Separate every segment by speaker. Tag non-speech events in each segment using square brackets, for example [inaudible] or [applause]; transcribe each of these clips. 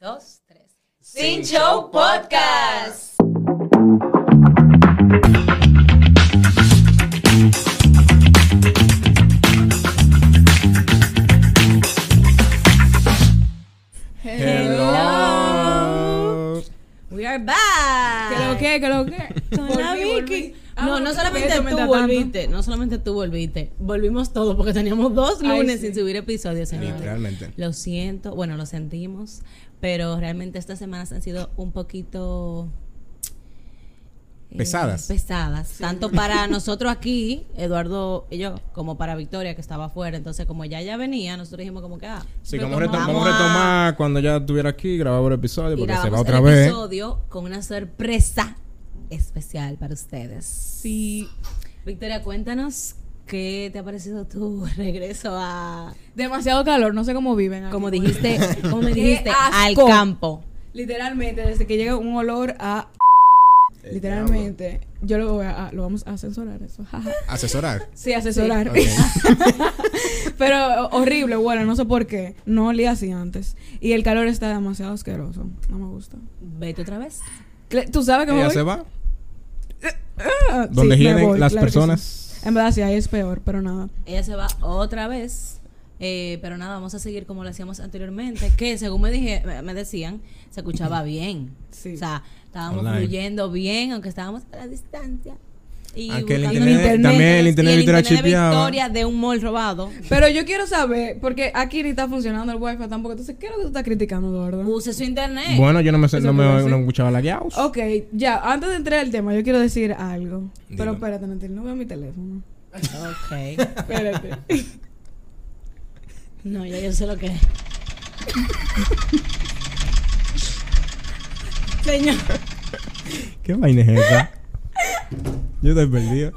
Speaker 1: dos, tres.
Speaker 2: Sin Show Podcast.
Speaker 1: Hello. We are back.
Speaker 3: ¿Qué lo que? ¿Qué lo que?
Speaker 1: Hola,
Speaker 3: Volví,
Speaker 1: Vicky.
Speaker 3: volví. Ah,
Speaker 1: No, no
Speaker 3: ¿por
Speaker 1: solamente
Speaker 3: qué
Speaker 1: tú
Speaker 3: me da tanto?
Speaker 1: volviste, no solamente tú volviste, volvimos todos porque teníamos dos
Speaker 3: Ay,
Speaker 1: lunes
Speaker 3: sí.
Speaker 1: sin subir episodios, señores.
Speaker 2: Literalmente.
Speaker 1: Lo siento, bueno, lo sentimos, pero realmente estas semanas han sido un poquito eh,
Speaker 2: Pesadas.
Speaker 1: pesadas, tanto para [laughs] nosotros aquí, Eduardo y yo, como para Victoria que estaba afuera. Entonces, como ya ya venía, nosotros dijimos como que ah,
Speaker 2: Sí, como retom-
Speaker 1: retomamos
Speaker 2: vamos a
Speaker 1: a-
Speaker 2: retomar cuando ya estuviera aquí, grabar un episodio,
Speaker 1: y
Speaker 2: porque se va
Speaker 1: grabamos
Speaker 2: otra
Speaker 1: el
Speaker 2: vez.
Speaker 1: episodio con una sorpresa especial para ustedes.
Speaker 3: Sí.
Speaker 1: Victoria, cuéntanos qué te ha parecido tu [laughs] regreso a,
Speaker 3: Demasiado calor, no sé cómo viven. aquí.
Speaker 1: como dijiste, como me
Speaker 3: Qué
Speaker 1: dijiste, al
Speaker 3: asco.
Speaker 1: campo.
Speaker 3: Literalmente, desde que llega un olor a.
Speaker 2: Eh,
Speaker 3: Literalmente. Yo lo voy a. Lo vamos a asesorar eso. [laughs] jaja.
Speaker 2: Asesorar.
Speaker 3: Sí, asesorar.
Speaker 2: Ok.
Speaker 3: [laughs] Pero horrible, bueno, no sé por qué. No olía así antes. Y el calor está demasiado asqueroso. No me gusta.
Speaker 1: Vete otra vez.
Speaker 3: Cle- ¿Tú sabes que me
Speaker 2: Ella
Speaker 3: voy?
Speaker 2: se va.
Speaker 3: Ah, sí,
Speaker 2: Donde
Speaker 3: me
Speaker 2: giren
Speaker 3: voy,
Speaker 2: las
Speaker 3: claro que sí.
Speaker 2: personas.
Speaker 3: En verdad, sí, ahí es peor, pero nada.
Speaker 1: Ella se va otra vez. Eh, pero nada, vamos a seguir como lo hacíamos anteriormente, que según me dije, me- me decían, se escuchaba bien.
Speaker 3: Sí.
Speaker 1: O sea, estábamos
Speaker 2: Online.
Speaker 1: fluyendo bien, aunque estábamos a la distancia. Y
Speaker 2: Ah, que el
Speaker 1: buscando
Speaker 2: internet- también el
Speaker 1: Y
Speaker 2: internet de Victoria
Speaker 1: internet de
Speaker 2: chipeaba.
Speaker 1: Victoria de un mall robado.
Speaker 3: Pero yo quiero saber, porque aquí ni está funcionando el wifi tampoco. Entonces, ¿qué es lo que tú estás criticando, Eduardo?
Speaker 1: Use su internet.
Speaker 2: Bueno, yo no me, sé-
Speaker 3: Eso
Speaker 2: no me
Speaker 3: puede ser.
Speaker 2: no escuchaba la guiaus.
Speaker 1: Oh.
Speaker 3: Ok, ya, antes de entrar al tema, yo quiero decir algo.
Speaker 2: Dilo.
Speaker 3: Pero espérate, Natil, no veo mi teléfono.
Speaker 1: Ok.
Speaker 2: [laughs]
Speaker 3: Espérate.
Speaker 1: No, ya yo sé lo que
Speaker 2: [laughs]
Speaker 1: es. Señor.
Speaker 2: ¿Qué vaina es esa? yo estoy
Speaker 1: [laughs]
Speaker 2: perdido.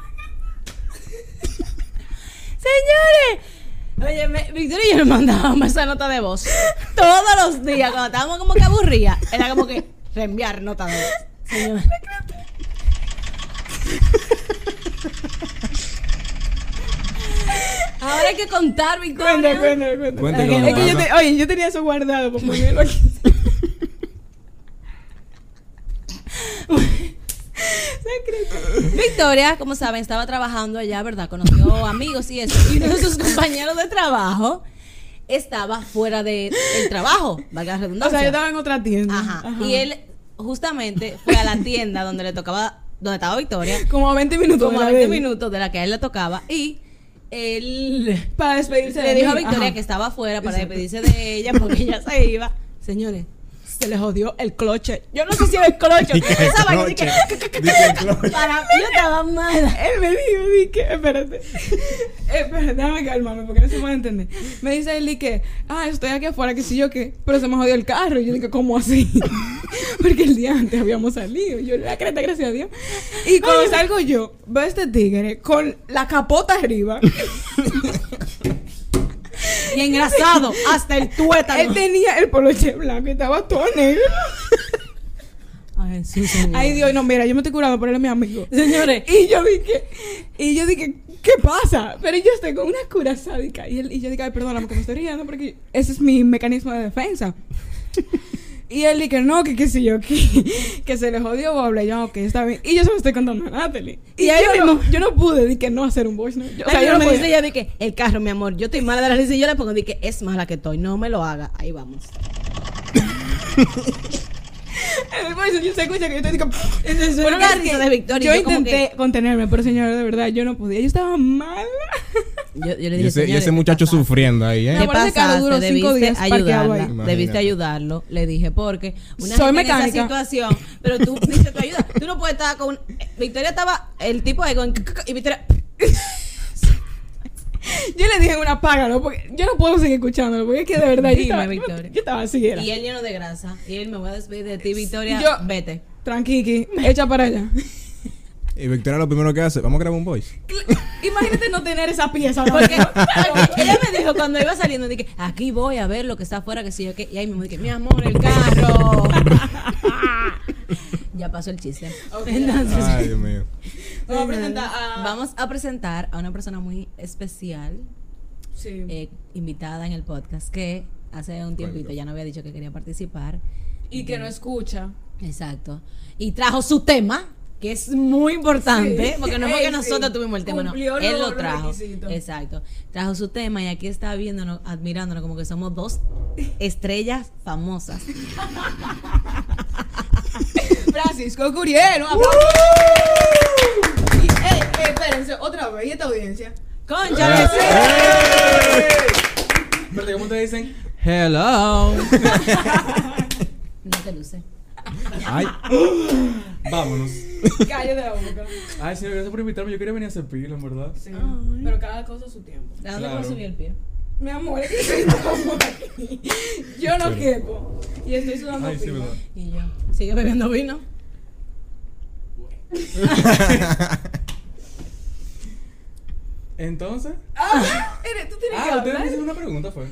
Speaker 1: Señores. Oye, me- Victoria y yo nos mandábamos esa nota de
Speaker 3: [laughs]
Speaker 1: voz todos los días. Cuando estábamos como que aburridas, era como que reenviar nota de voz. Señores.
Speaker 3: [laughs]
Speaker 1: Ahora hay que contar, Victoria.
Speaker 3: [laughs] Cuenta, cuenta, cuenta.
Speaker 2: Cuenta cómo
Speaker 3: es que yo
Speaker 2: pasa.
Speaker 3: te- oye, yo tenía eso guardado para
Speaker 2: [laughs]
Speaker 3: ponerlo aquí. [laughs]
Speaker 1: Victoria, como saben, estaba trabajando allá, ¿verdad? Conoció amigos y eso. Y uno de sus compañeros de trabajo estaba fuera del trabajo, valga la
Speaker 3: O sea, yo
Speaker 1: redundancia.
Speaker 3: estaba en otra tienda.
Speaker 1: Ajá. Y él justamente fue a la tienda donde le tocaba, donde estaba Victoria,
Speaker 3: [laughs] Como a 20 minutos.
Speaker 1: como
Speaker 3: de
Speaker 1: a
Speaker 3: la
Speaker 1: 20
Speaker 3: vez.
Speaker 1: minutos de la que a él le tocaba. Y él
Speaker 3: Para despedirse
Speaker 1: le
Speaker 3: de
Speaker 1: dijo a
Speaker 3: mí.
Speaker 1: Victoria
Speaker 3: Ajá.
Speaker 1: que estaba afuera para
Speaker 3: Exacto.
Speaker 1: despedirse de ella porque ella se iba.
Speaker 3: [laughs]
Speaker 1: Señores,
Speaker 3: se le jodió el cloche. Yo [laughs] no sé si era el cloche.
Speaker 2: Dije el
Speaker 3: Esa vaina,
Speaker 2: cloche. [laughs]
Speaker 3: dije,
Speaker 2: Dije el cloche.
Speaker 1: para yo estaba mala.
Speaker 3: Él me dijo, dije, espérate. Espérate, déjame calmarme porque no se puede entender. Me dice él, que, ah, estoy aquí afuera, que sí yo qué, pero se me jodió el carro. Y yo dije, ¿cómo así? [laughs] porque el día antes habíamos salido. Y yo, la creta, gracias a Dios. Y cuando salgo yo, veo a este tigre con la capota arriba.
Speaker 1: Y engrasado hasta el tuétano.
Speaker 3: él tenía el poloche blanco y estaba todo negro.
Speaker 1: Ay, sí, señor.
Speaker 3: Ay, Dios, no, mira, yo me estoy curando, pero él es mi amigo.
Speaker 1: Señores,
Speaker 3: Y yo dije, y yo dije, ¿qué pasa? Pero yo estoy con una cura sádica. Y, él, y yo dije, ay, perdóname que me estoy riendo porque ese es mi mecanismo de defensa. Y él dije, no, que qué sé yo, que, que se le jodió, bla, bla. Y Yo, ok, está bien. Y yo se lo estoy contando a Natalie. Y,
Speaker 1: Y
Speaker 3: ahí
Speaker 1: yo
Speaker 3: yo, no, yo no pude, dije, no hacer un voice note. Yo- O sea, yo no
Speaker 1: me
Speaker 3: podía.
Speaker 1: dice ella de que el carro, mi amor, yo estoy mala de la risa y yo le pongo de que es mala que estoy, no me lo haga. Ahí vamos.
Speaker 3: En [laughs] el voice note yo se escucha que yo estoy, digo,
Speaker 1: Entonces,
Speaker 3: bueno,
Speaker 1: una
Speaker 3: es
Speaker 1: risa
Speaker 3: que
Speaker 1: de Victoria,
Speaker 3: Yo,
Speaker 1: yo como
Speaker 3: intenté contenerme, pero señora, de verdad, yo no podía. Yo estaba [laughs] mala.
Speaker 1: Yo, yo le
Speaker 2: Y
Speaker 1: dije,
Speaker 2: ese, y
Speaker 1: "Señores,
Speaker 2: ese muchacho sufriendo ahí,
Speaker 1: te
Speaker 2: ¿eh?
Speaker 3: Me acuerdo que Carlos
Speaker 1: pasaste,
Speaker 3: duró cinco
Speaker 1: debiste
Speaker 3: días parqueado ahí.
Speaker 1: ayudarla, debiste
Speaker 2: Imagínate.
Speaker 1: ayudarlo, le dije, porque una
Speaker 3: Soy
Speaker 1: gente en esa
Speaker 3: mecánica.
Speaker 1: situación, pero tú dices, tú ayudas, tú no puedes estar con, eh, Victoria estaba, el tipo ahí con, y Victoria,
Speaker 3: Yo le dije una págalo porque yo no puedo seguir escuchándolo porque es que de verdad yo
Speaker 1: Dime,
Speaker 3: estaba, yo-
Speaker 1: Victoria.
Speaker 3: Yo, estaba así era.
Speaker 1: y él lleno de grasa, y él, me voy a despedir de ti, Victoria,
Speaker 3: Yo-
Speaker 1: vete.
Speaker 3: Tranquiqui, echa para allá.
Speaker 2: Y Victoria lo primero que hace, vamos a grabar un voice.
Speaker 3: Imagínate no tener esa pieza. ¿no?
Speaker 1: Porque, porque ella me dijo cuando iba saliendo, dije, aquí voy a ver lo que está afuera, que sí, yo qué. Y ahí mismo dije, mi amor, el carro. [laughs] ya pasó el chiste. Entonces,
Speaker 2: [laughs] Ay, Dios mío.
Speaker 3: Vamos a presentar a-
Speaker 1: vamos a presentar a una persona muy especial,
Speaker 3: Sí.
Speaker 1: eh, invitada en el podcast, que hace un tiempito, ya no había dicho que quería participar.
Speaker 3: Y que no escucha.
Speaker 1: Exacto. Y trajo su tema, que es muy importante,
Speaker 3: Sí.
Speaker 1: porque no fue
Speaker 3: Ey,
Speaker 1: que nosotros
Speaker 3: sí.
Speaker 1: tuvimos el tema, no.
Speaker 3: Cumplió
Speaker 1: Él
Speaker 3: los
Speaker 1: lo trajo.
Speaker 3: requisitos.
Speaker 1: Exacto. Trajo su tema y aquí está viéndonos, admirándonos, como que somos dos estrellas famosas.
Speaker 3: Francisco Curiel, un aplauso. Y, ey, ey, espérense, otra vez, ¿y esta audiencia?
Speaker 1: ¡Concha!
Speaker 4: Espérate, ¿cómo te dicen? Hello.
Speaker 1: No te luce.
Speaker 2: Ay,
Speaker 4: Vámonos.
Speaker 3: Cállate la boca.
Speaker 4: Ay, señor, gracias por invitarme. Yo quería venir a hacer pila, en verdad.
Speaker 3: Sí, pero cada cosa a su tiempo.
Speaker 1: ¿A dónde
Speaker 4: Claro.
Speaker 1: puedo subir el pie?
Speaker 3: Mi amor, es que soy como aquí. Yo no quepo. Y estoy sudando
Speaker 4: Ay, sí,
Speaker 3: frío.
Speaker 4: verdad.
Speaker 1: Y yo, sigue bebiendo vino.
Speaker 4: Entonces.
Speaker 3: Ah, eres- tú tienes que
Speaker 4: Ah, ustedes me
Speaker 3: hablar.
Speaker 4: hicieron una pregunta, fue.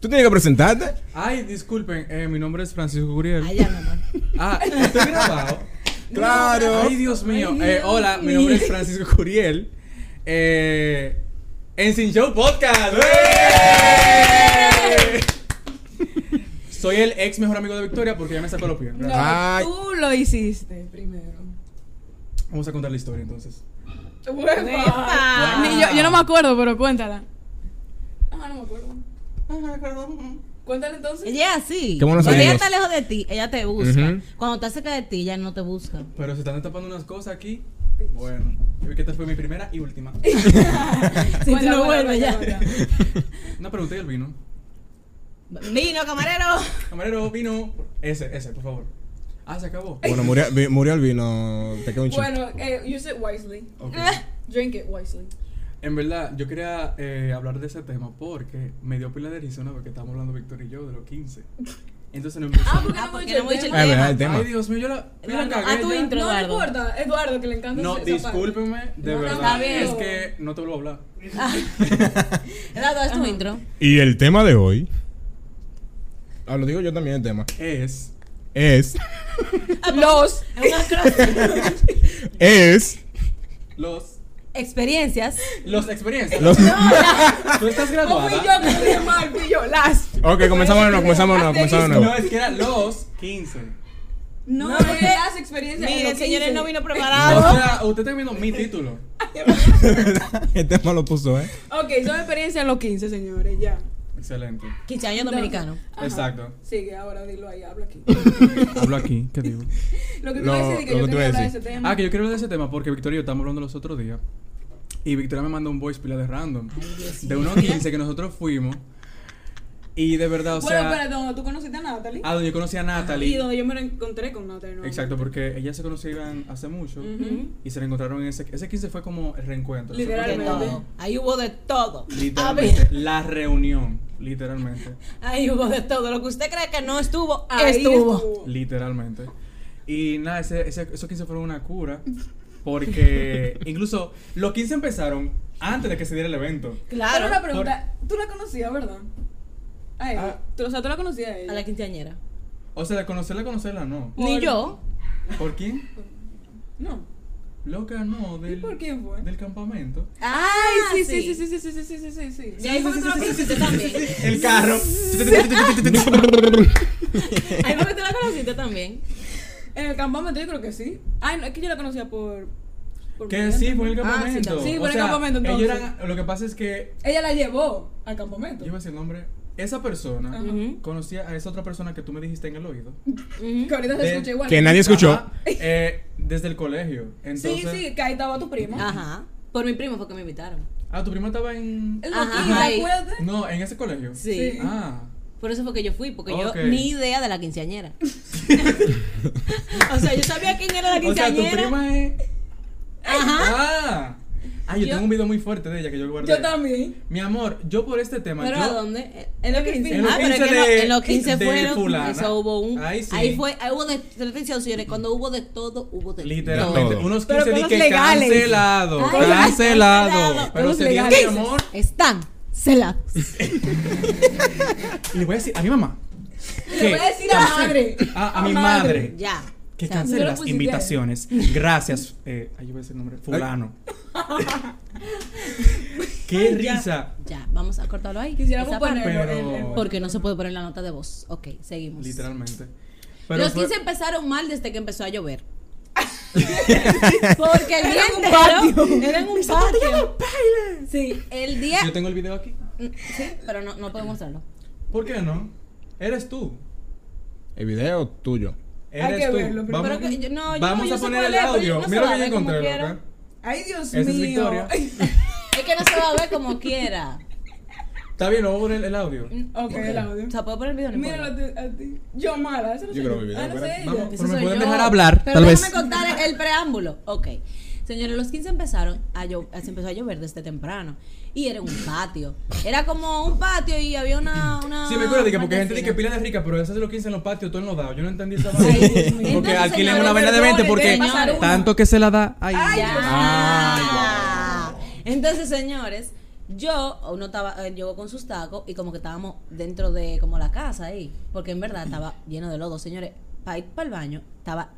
Speaker 2: ¿tú tienes que presentarte?
Speaker 4: Ay, disculpen, eh, mi nombre es Francisco Guriel.
Speaker 1: Allá, mi amor.
Speaker 4: Ah, estoy [laughs] grabado.
Speaker 2: Claro.
Speaker 4: Ay, Dios mío. Eh, hola, mi nombre es Francisco Curiel. Eh, en Sin Show Podcast. ¡Eh! Soy el ex mejor amigo de Victoria porque ya me sacó los pies.
Speaker 3: No,
Speaker 2: Ay.
Speaker 3: tú lo hiciste primero.
Speaker 4: Vamos a contar la historia entonces.
Speaker 3: Ah.
Speaker 1: Uepa.
Speaker 3: Ni yo, yo no me acuerdo, pero cuéntala. Ah, no me acuerdo. Cuéntala entonces.
Speaker 1: Ella es así.
Speaker 2: Qué buenos
Speaker 1: Cuando ella
Speaker 2: amigos.
Speaker 1: está lejos de ti, ella te busca.
Speaker 2: Ujú.
Speaker 1: Cuando está cerca de ti, ella no te busca.
Speaker 4: Pero se están tapando unas cosas aquí. Bueno, yo vi que esta fue mi primera y
Speaker 3: [laughs]
Speaker 4: última.
Speaker 1: Si tú no vuelves ya.
Speaker 4: Una pregunta y el vino.
Speaker 1: Vino, camarero.
Speaker 4: Camarero, vino. Ese, ese, por favor. Ah, se acabó.
Speaker 2: Bueno, murió, vi- murió el vino, te quedó un chip.
Speaker 3: Bueno, eh, use it wisely.
Speaker 4: Ok.
Speaker 3: [laughs] Drink it wisely.
Speaker 4: En verdad, yo quería eh, hablar de ese tema porque me dio pila de risa una vez que estábamos hablando Víctor y yo de los 15. Entonces no empezó.
Speaker 3: Ah, porque
Speaker 1: Ah,
Speaker 3: no
Speaker 1: porque
Speaker 3: me
Speaker 1: no hemos dicho el
Speaker 2: Ah, verdad,
Speaker 1: tema.
Speaker 2: el tema.
Speaker 4: Ay, Dios mío, yo la, yo la
Speaker 1: No, no,
Speaker 4: cagué
Speaker 1: a tu
Speaker 4: ya.
Speaker 1: intro.
Speaker 3: No, no
Speaker 1: Eduardo.
Speaker 3: importa. Eduardo, que le encanta
Speaker 4: No,
Speaker 3: esa parte.
Speaker 4: discúlpeme,
Speaker 3: No,
Speaker 4: de
Speaker 3: no,
Speaker 4: verdad.
Speaker 3: está bien.
Speaker 4: es que no te vuelvo a hablar.
Speaker 1: Ah, Eduardo, es tu
Speaker 3: [laughs]
Speaker 1: intro.
Speaker 2: [laughs] Y el tema de hoy. Ah, lo digo yo también el tema.
Speaker 4: Es.
Speaker 2: Es.
Speaker 3: [laughs] Los.
Speaker 2: Es.
Speaker 4: Los.
Speaker 1: Experiencias.
Speaker 4: Los experiencias. [laughs]
Speaker 2: Los-
Speaker 4: Tú estás
Speaker 3: No Oh, fui yo
Speaker 4: graduada.
Speaker 3: que estudié mal, fui yo. Las. este
Speaker 2: Ok, comenzamos de nuevo, comenzamos de nuevo, comenzamos de
Speaker 4: No,
Speaker 2: nuevo.
Speaker 4: es que era los 15.
Speaker 3: No,
Speaker 1: No,
Speaker 3: no porque
Speaker 1: eh,
Speaker 3: las experiencias. en
Speaker 1: Miren,
Speaker 3: los
Speaker 1: señores,
Speaker 3: 15.
Speaker 1: no vino
Speaker 4: O
Speaker 1: preparado.
Speaker 4: sea, usted está viendo mi título.
Speaker 2: [laughs] El tema lo puso, ¿eh?
Speaker 3: Ok, son experiencias en los 15, señores, ya.
Speaker 4: Excelente.
Speaker 1: 15 años dominicano.
Speaker 3: Ajá.
Speaker 4: Exacto.
Speaker 3: [laughs] Sigue, ahora dilo ahí, habla aquí.
Speaker 4: Hablo aquí, ¿qué digo?
Speaker 3: Lo que tú
Speaker 2: Lo-
Speaker 3: vas a decir es que
Speaker 2: lo
Speaker 3: yo
Speaker 2: que tú
Speaker 3: quería hablar de
Speaker 2: decís.
Speaker 3: ese tema.
Speaker 4: Ah, que yo quiero hablar de ese tema porque Victoria y yo estábamos hablando los otros días. Y Victoria me mandó un voice pila de random. de unos 15 que nosotros fuimos. Y de verdad, o
Speaker 3: bueno,
Speaker 4: sea.
Speaker 3: espérate, donde tú conociste a Natalie.
Speaker 4: Ah, donde yo conocí a
Speaker 3: Y
Speaker 4: Natalie.
Speaker 3: donde yo me encontré con Natalie. ¿no?
Speaker 4: Exacto, porque ellas se conocían hace mucho.
Speaker 3: Ujú.
Speaker 4: Y se reencontraron en ese. Ese 15 fue como el reencuentro. Eso fue
Speaker 1: De
Speaker 3: Literalmente.
Speaker 1: todo. Ahí hubo de todo. Ah,
Speaker 4: Literalmente. La reunión. Literalmente.
Speaker 1: Ahí hubo de todo. Lo que usted cree que no estuvo,
Speaker 3: Ahí
Speaker 1: estuvo.
Speaker 4: Literalmente. Y nada, ese, ese- esos 15 fueron una cura.
Speaker 3: [laughs]
Speaker 4: Porque incluso los 15 empezaron antes de que se diera el evento.
Speaker 3: Ahora una
Speaker 1: Claro.
Speaker 3: pregunta, tú la conocías, ¿verdad? A ella.
Speaker 4: Ah.
Speaker 3: Tú- o sea, tú la conocías a ella.
Speaker 1: A la quinceañera.
Speaker 4: O sea, de conocerla, conocerla no.
Speaker 1: Ni
Speaker 3: Por-
Speaker 1: yo.
Speaker 4: ¿Por quién?
Speaker 3: No.
Speaker 4: Loca, no, del,
Speaker 3: ¿Y por quién fue?
Speaker 4: del campamento.
Speaker 1: Ah,
Speaker 3: Ay, sí, sí, sí, sí, sí, sí, sí, sí, sí, sí, sí.
Speaker 1: Sí, ahí fue que tú la conociste también.
Speaker 4: El carro.
Speaker 1: Ahí fue que tú la conociste también.
Speaker 3: En el campamento yo creo que sí. Ay, no, es que yo la conocía por... por
Speaker 4: que
Speaker 3: Miguel.
Speaker 4: sí, fue en
Speaker 1: Ah,
Speaker 4: el
Speaker 1: sí,
Speaker 4: campamento.
Speaker 1: también.
Speaker 3: Sí,
Speaker 4: O
Speaker 3: fue en el
Speaker 4: sea,
Speaker 3: campamento,
Speaker 4: ellos
Speaker 3: entonces.
Speaker 4: eran- lo que pasa es que.
Speaker 3: Ah, Ella la llevó al campamento.
Speaker 4: Yo iba a decir el nombre. Esa persona
Speaker 3: Ajá.
Speaker 1: Ujú.
Speaker 4: conocía a esa otra persona que tú me dijiste en el oído.
Speaker 1: Ujú.
Speaker 3: Que ahorita
Speaker 4: De-
Speaker 3: se escucha igual.
Speaker 2: Que nadie escuchó.
Speaker 4: Ajá, eh, desde el colegio. Entonces,
Speaker 3: Sí, sí, que ahí estaba tu prima.
Speaker 1: Ajá. Por mi primo fue que me invitaron.
Speaker 4: Ah, tu prima estaba en.
Speaker 3: Es lo
Speaker 1: Ajá,
Speaker 3: que-
Speaker 1: ahí.
Speaker 3: acuérdate.
Speaker 4: No, en ese colegio.
Speaker 1: Sí.
Speaker 3: Sí.
Speaker 4: Ah.
Speaker 1: Por eso fue que yo fui, porque
Speaker 4: Ok.
Speaker 1: yo ni idea de la
Speaker 4: [laughs]
Speaker 1: quinceañera. o sea, yo sabía quién era la
Speaker 4: O sea, tu
Speaker 1: quinceañera.
Speaker 4: prima es.
Speaker 1: Ajá.
Speaker 4: Ah. Ah, yo,
Speaker 1: Yo-
Speaker 4: tengo un video muy fuerte de ella que yo guardé.
Speaker 3: Yo también.
Speaker 4: Mi amor, yo por este tema.
Speaker 1: ¿Pero
Speaker 4: yo-
Speaker 1: a dónde? En los 15.
Speaker 4: En los
Speaker 1: ah, pero es
Speaker 4: 15
Speaker 1: que no,
Speaker 4: de-
Speaker 1: en los 15
Speaker 4: de
Speaker 1: fueron.
Speaker 4: fulana.
Speaker 1: Eso hubo un.
Speaker 4: Ahí sí.
Speaker 1: fue. Ahí hubo de. Atención, señores. Cuando hubo de todo, hubo de
Speaker 4: Literalmente,
Speaker 2: Todo.
Speaker 4: unos
Speaker 3: Pero
Speaker 4: 15 di
Speaker 3: cosas
Speaker 4: que
Speaker 3: legales.
Speaker 4: cancelado,
Speaker 1: Ay, cosas
Speaker 4: cancelado.
Speaker 1: canceladas,
Speaker 4: Pero
Speaker 3: cosas
Speaker 4: se dio mi
Speaker 3: legales.
Speaker 4: amor.
Speaker 1: todo. Están. Celados.
Speaker 4: Y le voy a decir a mi mamá.
Speaker 3: Le voy a decir a madre.
Speaker 4: Ah, a mi madre.
Speaker 1: Ya.
Speaker 4: Que
Speaker 1: O sea,
Speaker 4: cancele
Speaker 3: yo lo
Speaker 4: las
Speaker 3: pusiste. [laughs]
Speaker 4: invitaciones. Gracias. Eh, ahí voy a decir el nombre. Fulano. ¡Qué
Speaker 3: ya.
Speaker 4: risa!
Speaker 1: Ya, vamos a cortarlo ahí.
Speaker 3: Quisiéramos
Speaker 1: Esa parte.
Speaker 3: ponerlo
Speaker 4: Pero-
Speaker 3: en- en-
Speaker 1: Porque no se puede poner la nota de voz. Ok, seguimos.
Speaker 4: Literalmente.
Speaker 1: Los
Speaker 4: fue-
Speaker 1: 15 empezaron mal desde que empezó a
Speaker 3: [laughs]
Speaker 1: llover. Porque el día
Speaker 3: Era un
Speaker 1: entero
Speaker 3: patio.
Speaker 1: era en un patio. Sí, el día. Mm,
Speaker 4: Yo tengo el video aquí.
Speaker 1: Sí, pero no, no puedo mostrarlo.
Speaker 4: ¿Por qué no? Eres tú.
Speaker 2: [laughs] El video tuyo.
Speaker 4: Eres
Speaker 3: que
Speaker 4: tú.
Speaker 3: verlo, pero-
Speaker 1: pero que yo- no, yo-
Speaker 4: vamos
Speaker 1: yo
Speaker 4: a
Speaker 1: sé
Speaker 4: poner
Speaker 1: cuál es,
Speaker 4: el
Speaker 1: pero yo
Speaker 4: audio.
Speaker 1: no sé
Speaker 4: Mira lo que
Speaker 1: cuál
Speaker 4: yo
Speaker 1: es, como
Speaker 4: encontré,
Speaker 1: quiera.
Speaker 4: loca.
Speaker 3: Ay, Dios
Speaker 4: Esa es
Speaker 3: mío.
Speaker 4: Victoria.
Speaker 1: Es que no se va a ver como quiera.
Speaker 4: Está bien, vamos a poner el audio.
Speaker 3: [laughs] ok, el audio.
Speaker 1: O sea, puedo poner el video. No
Speaker 3: Míralo a
Speaker 1: importa.
Speaker 3: ti- a ti. Yo mala. Eso no
Speaker 2: Yo
Speaker 3: soy
Speaker 2: creo que mi video
Speaker 3: Ah, no
Speaker 2: fuera-
Speaker 3: sé
Speaker 4: Vamos,
Speaker 3: ella.
Speaker 1: Ese
Speaker 4: pero me
Speaker 1: soy
Speaker 4: pueden
Speaker 1: yo.
Speaker 4: dejar hablar,
Speaker 1: Pero
Speaker 4: tal vez.
Speaker 1: déjame contar el preámbulo. Ok. Señores, los 15 empezaron a llover, se empezó a llover desde temprano. Y era en un patio. Era como un patio y había una. una
Speaker 4: Sí, me acuerdo de que porque gente dice que
Speaker 1: marquesina.
Speaker 4: pila de rica, pero esas de los 15 en los patios, tú no lo dado. Yo no entendí esa
Speaker 1: Ay, Dios mío.
Speaker 4: vaina. Porque
Speaker 1: Entonces,
Speaker 4: alquilen
Speaker 1: señores,
Speaker 4: una vaina de
Speaker 1: perdone,
Speaker 4: 20 porque
Speaker 1: deben pasar uno.
Speaker 4: tanto que se la da. Ay,
Speaker 3: Ay,
Speaker 1: Ya.
Speaker 3: Dios mío.
Speaker 4: Ah,
Speaker 1: Entonces, señores, yo, uno estaba, eh, llegó con sus tacos y como que estábamos dentro de como la casa ahí, porque en verdad
Speaker 4: [clears throat]
Speaker 1: estaba lleno de lodo, señores, para ir para el baño estaba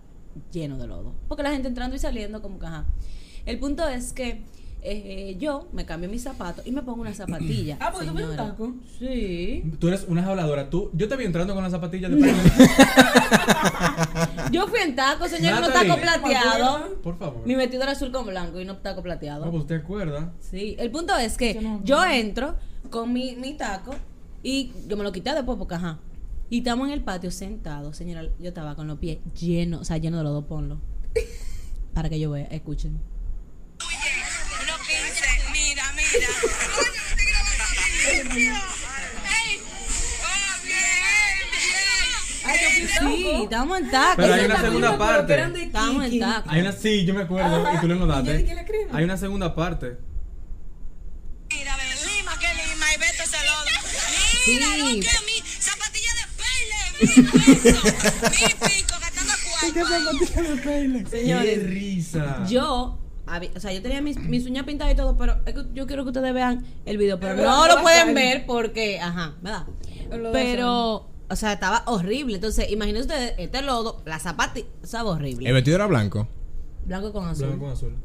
Speaker 1: lleno de lodo, porque la gente entrando y saliendo como que, ajá. El punto es que eh, yo me cambio mis zapatos y me pongo una zapatilla.
Speaker 3: Ah, porque tú pones un
Speaker 1: señora.
Speaker 3: taco.
Speaker 1: Sí.
Speaker 4: Tú eres una habladora. Tú, yo te vi entrando con las zapatillas de Pablo.
Speaker 1: Yo fui en taco, señor, no
Speaker 4: Natalie.
Speaker 1: taco plateado.
Speaker 4: Por favor.
Speaker 1: Mi vestidor azul con blanco y no taco plateado.
Speaker 4: No, pues te acuerdas.
Speaker 1: Sí, el punto es que
Speaker 3: Yo no-
Speaker 1: yo entro con mi, mi taco y yo me lo quité después porque ajá. Y estamos en el patio sentados, señora. Yo estaba con los pies llenos, o sea, lleno de lodo,
Speaker 3: [laughs]
Speaker 1: ponlo. Para que yo vea, escuchen.
Speaker 5: Unos 15, mira, mira. Ey, oh, bien, bien.
Speaker 3: Ay, yo fui taco.
Speaker 1: Sí, estamos en taco.
Speaker 4: Pero hay
Speaker 3: Ese
Speaker 4: una
Speaker 3: taco yo
Speaker 4: segunda
Speaker 3: me acuerdo que
Speaker 4: parte.
Speaker 3: eran de
Speaker 1: Estamos en
Speaker 3: Kiki.
Speaker 1: taco.
Speaker 4: Hay una, sí, yo me acuerdo
Speaker 3: Ajá.
Speaker 4: y tú lo
Speaker 3: Y yo dije,
Speaker 4: notaste.
Speaker 3: ¿la crema?
Speaker 4: Hay una segunda parte.
Speaker 5: Mira, ven, lima, que lima, y vete ese lodo. Mira,
Speaker 1: Sí.
Speaker 5: lo que mi zapatilla de peile, mi peso, mi pico, gastando cuarto.
Speaker 3: [laughs]
Speaker 4: ¡Qué
Speaker 1: Señores,
Speaker 4: risa!
Speaker 1: yo, habi- o sea, yo tenía mis, mis uñas pintadas y todo, pero es que yo quiero que ustedes vean el video, pero
Speaker 3: Pero no
Speaker 1: no
Speaker 3: lo
Speaker 1: lo pueden
Speaker 3: saben.
Speaker 1: ver porque, ajá, ¿verdad?
Speaker 3: El lodo
Speaker 1: Pero, o sea, estaba horrible. Entonces, imagínense ustedes, este lodo, la zapatilla, estaba horrible.
Speaker 2: ¿El vestido era blanco?
Speaker 1: Blanco con azul.
Speaker 4: Blanco con azul.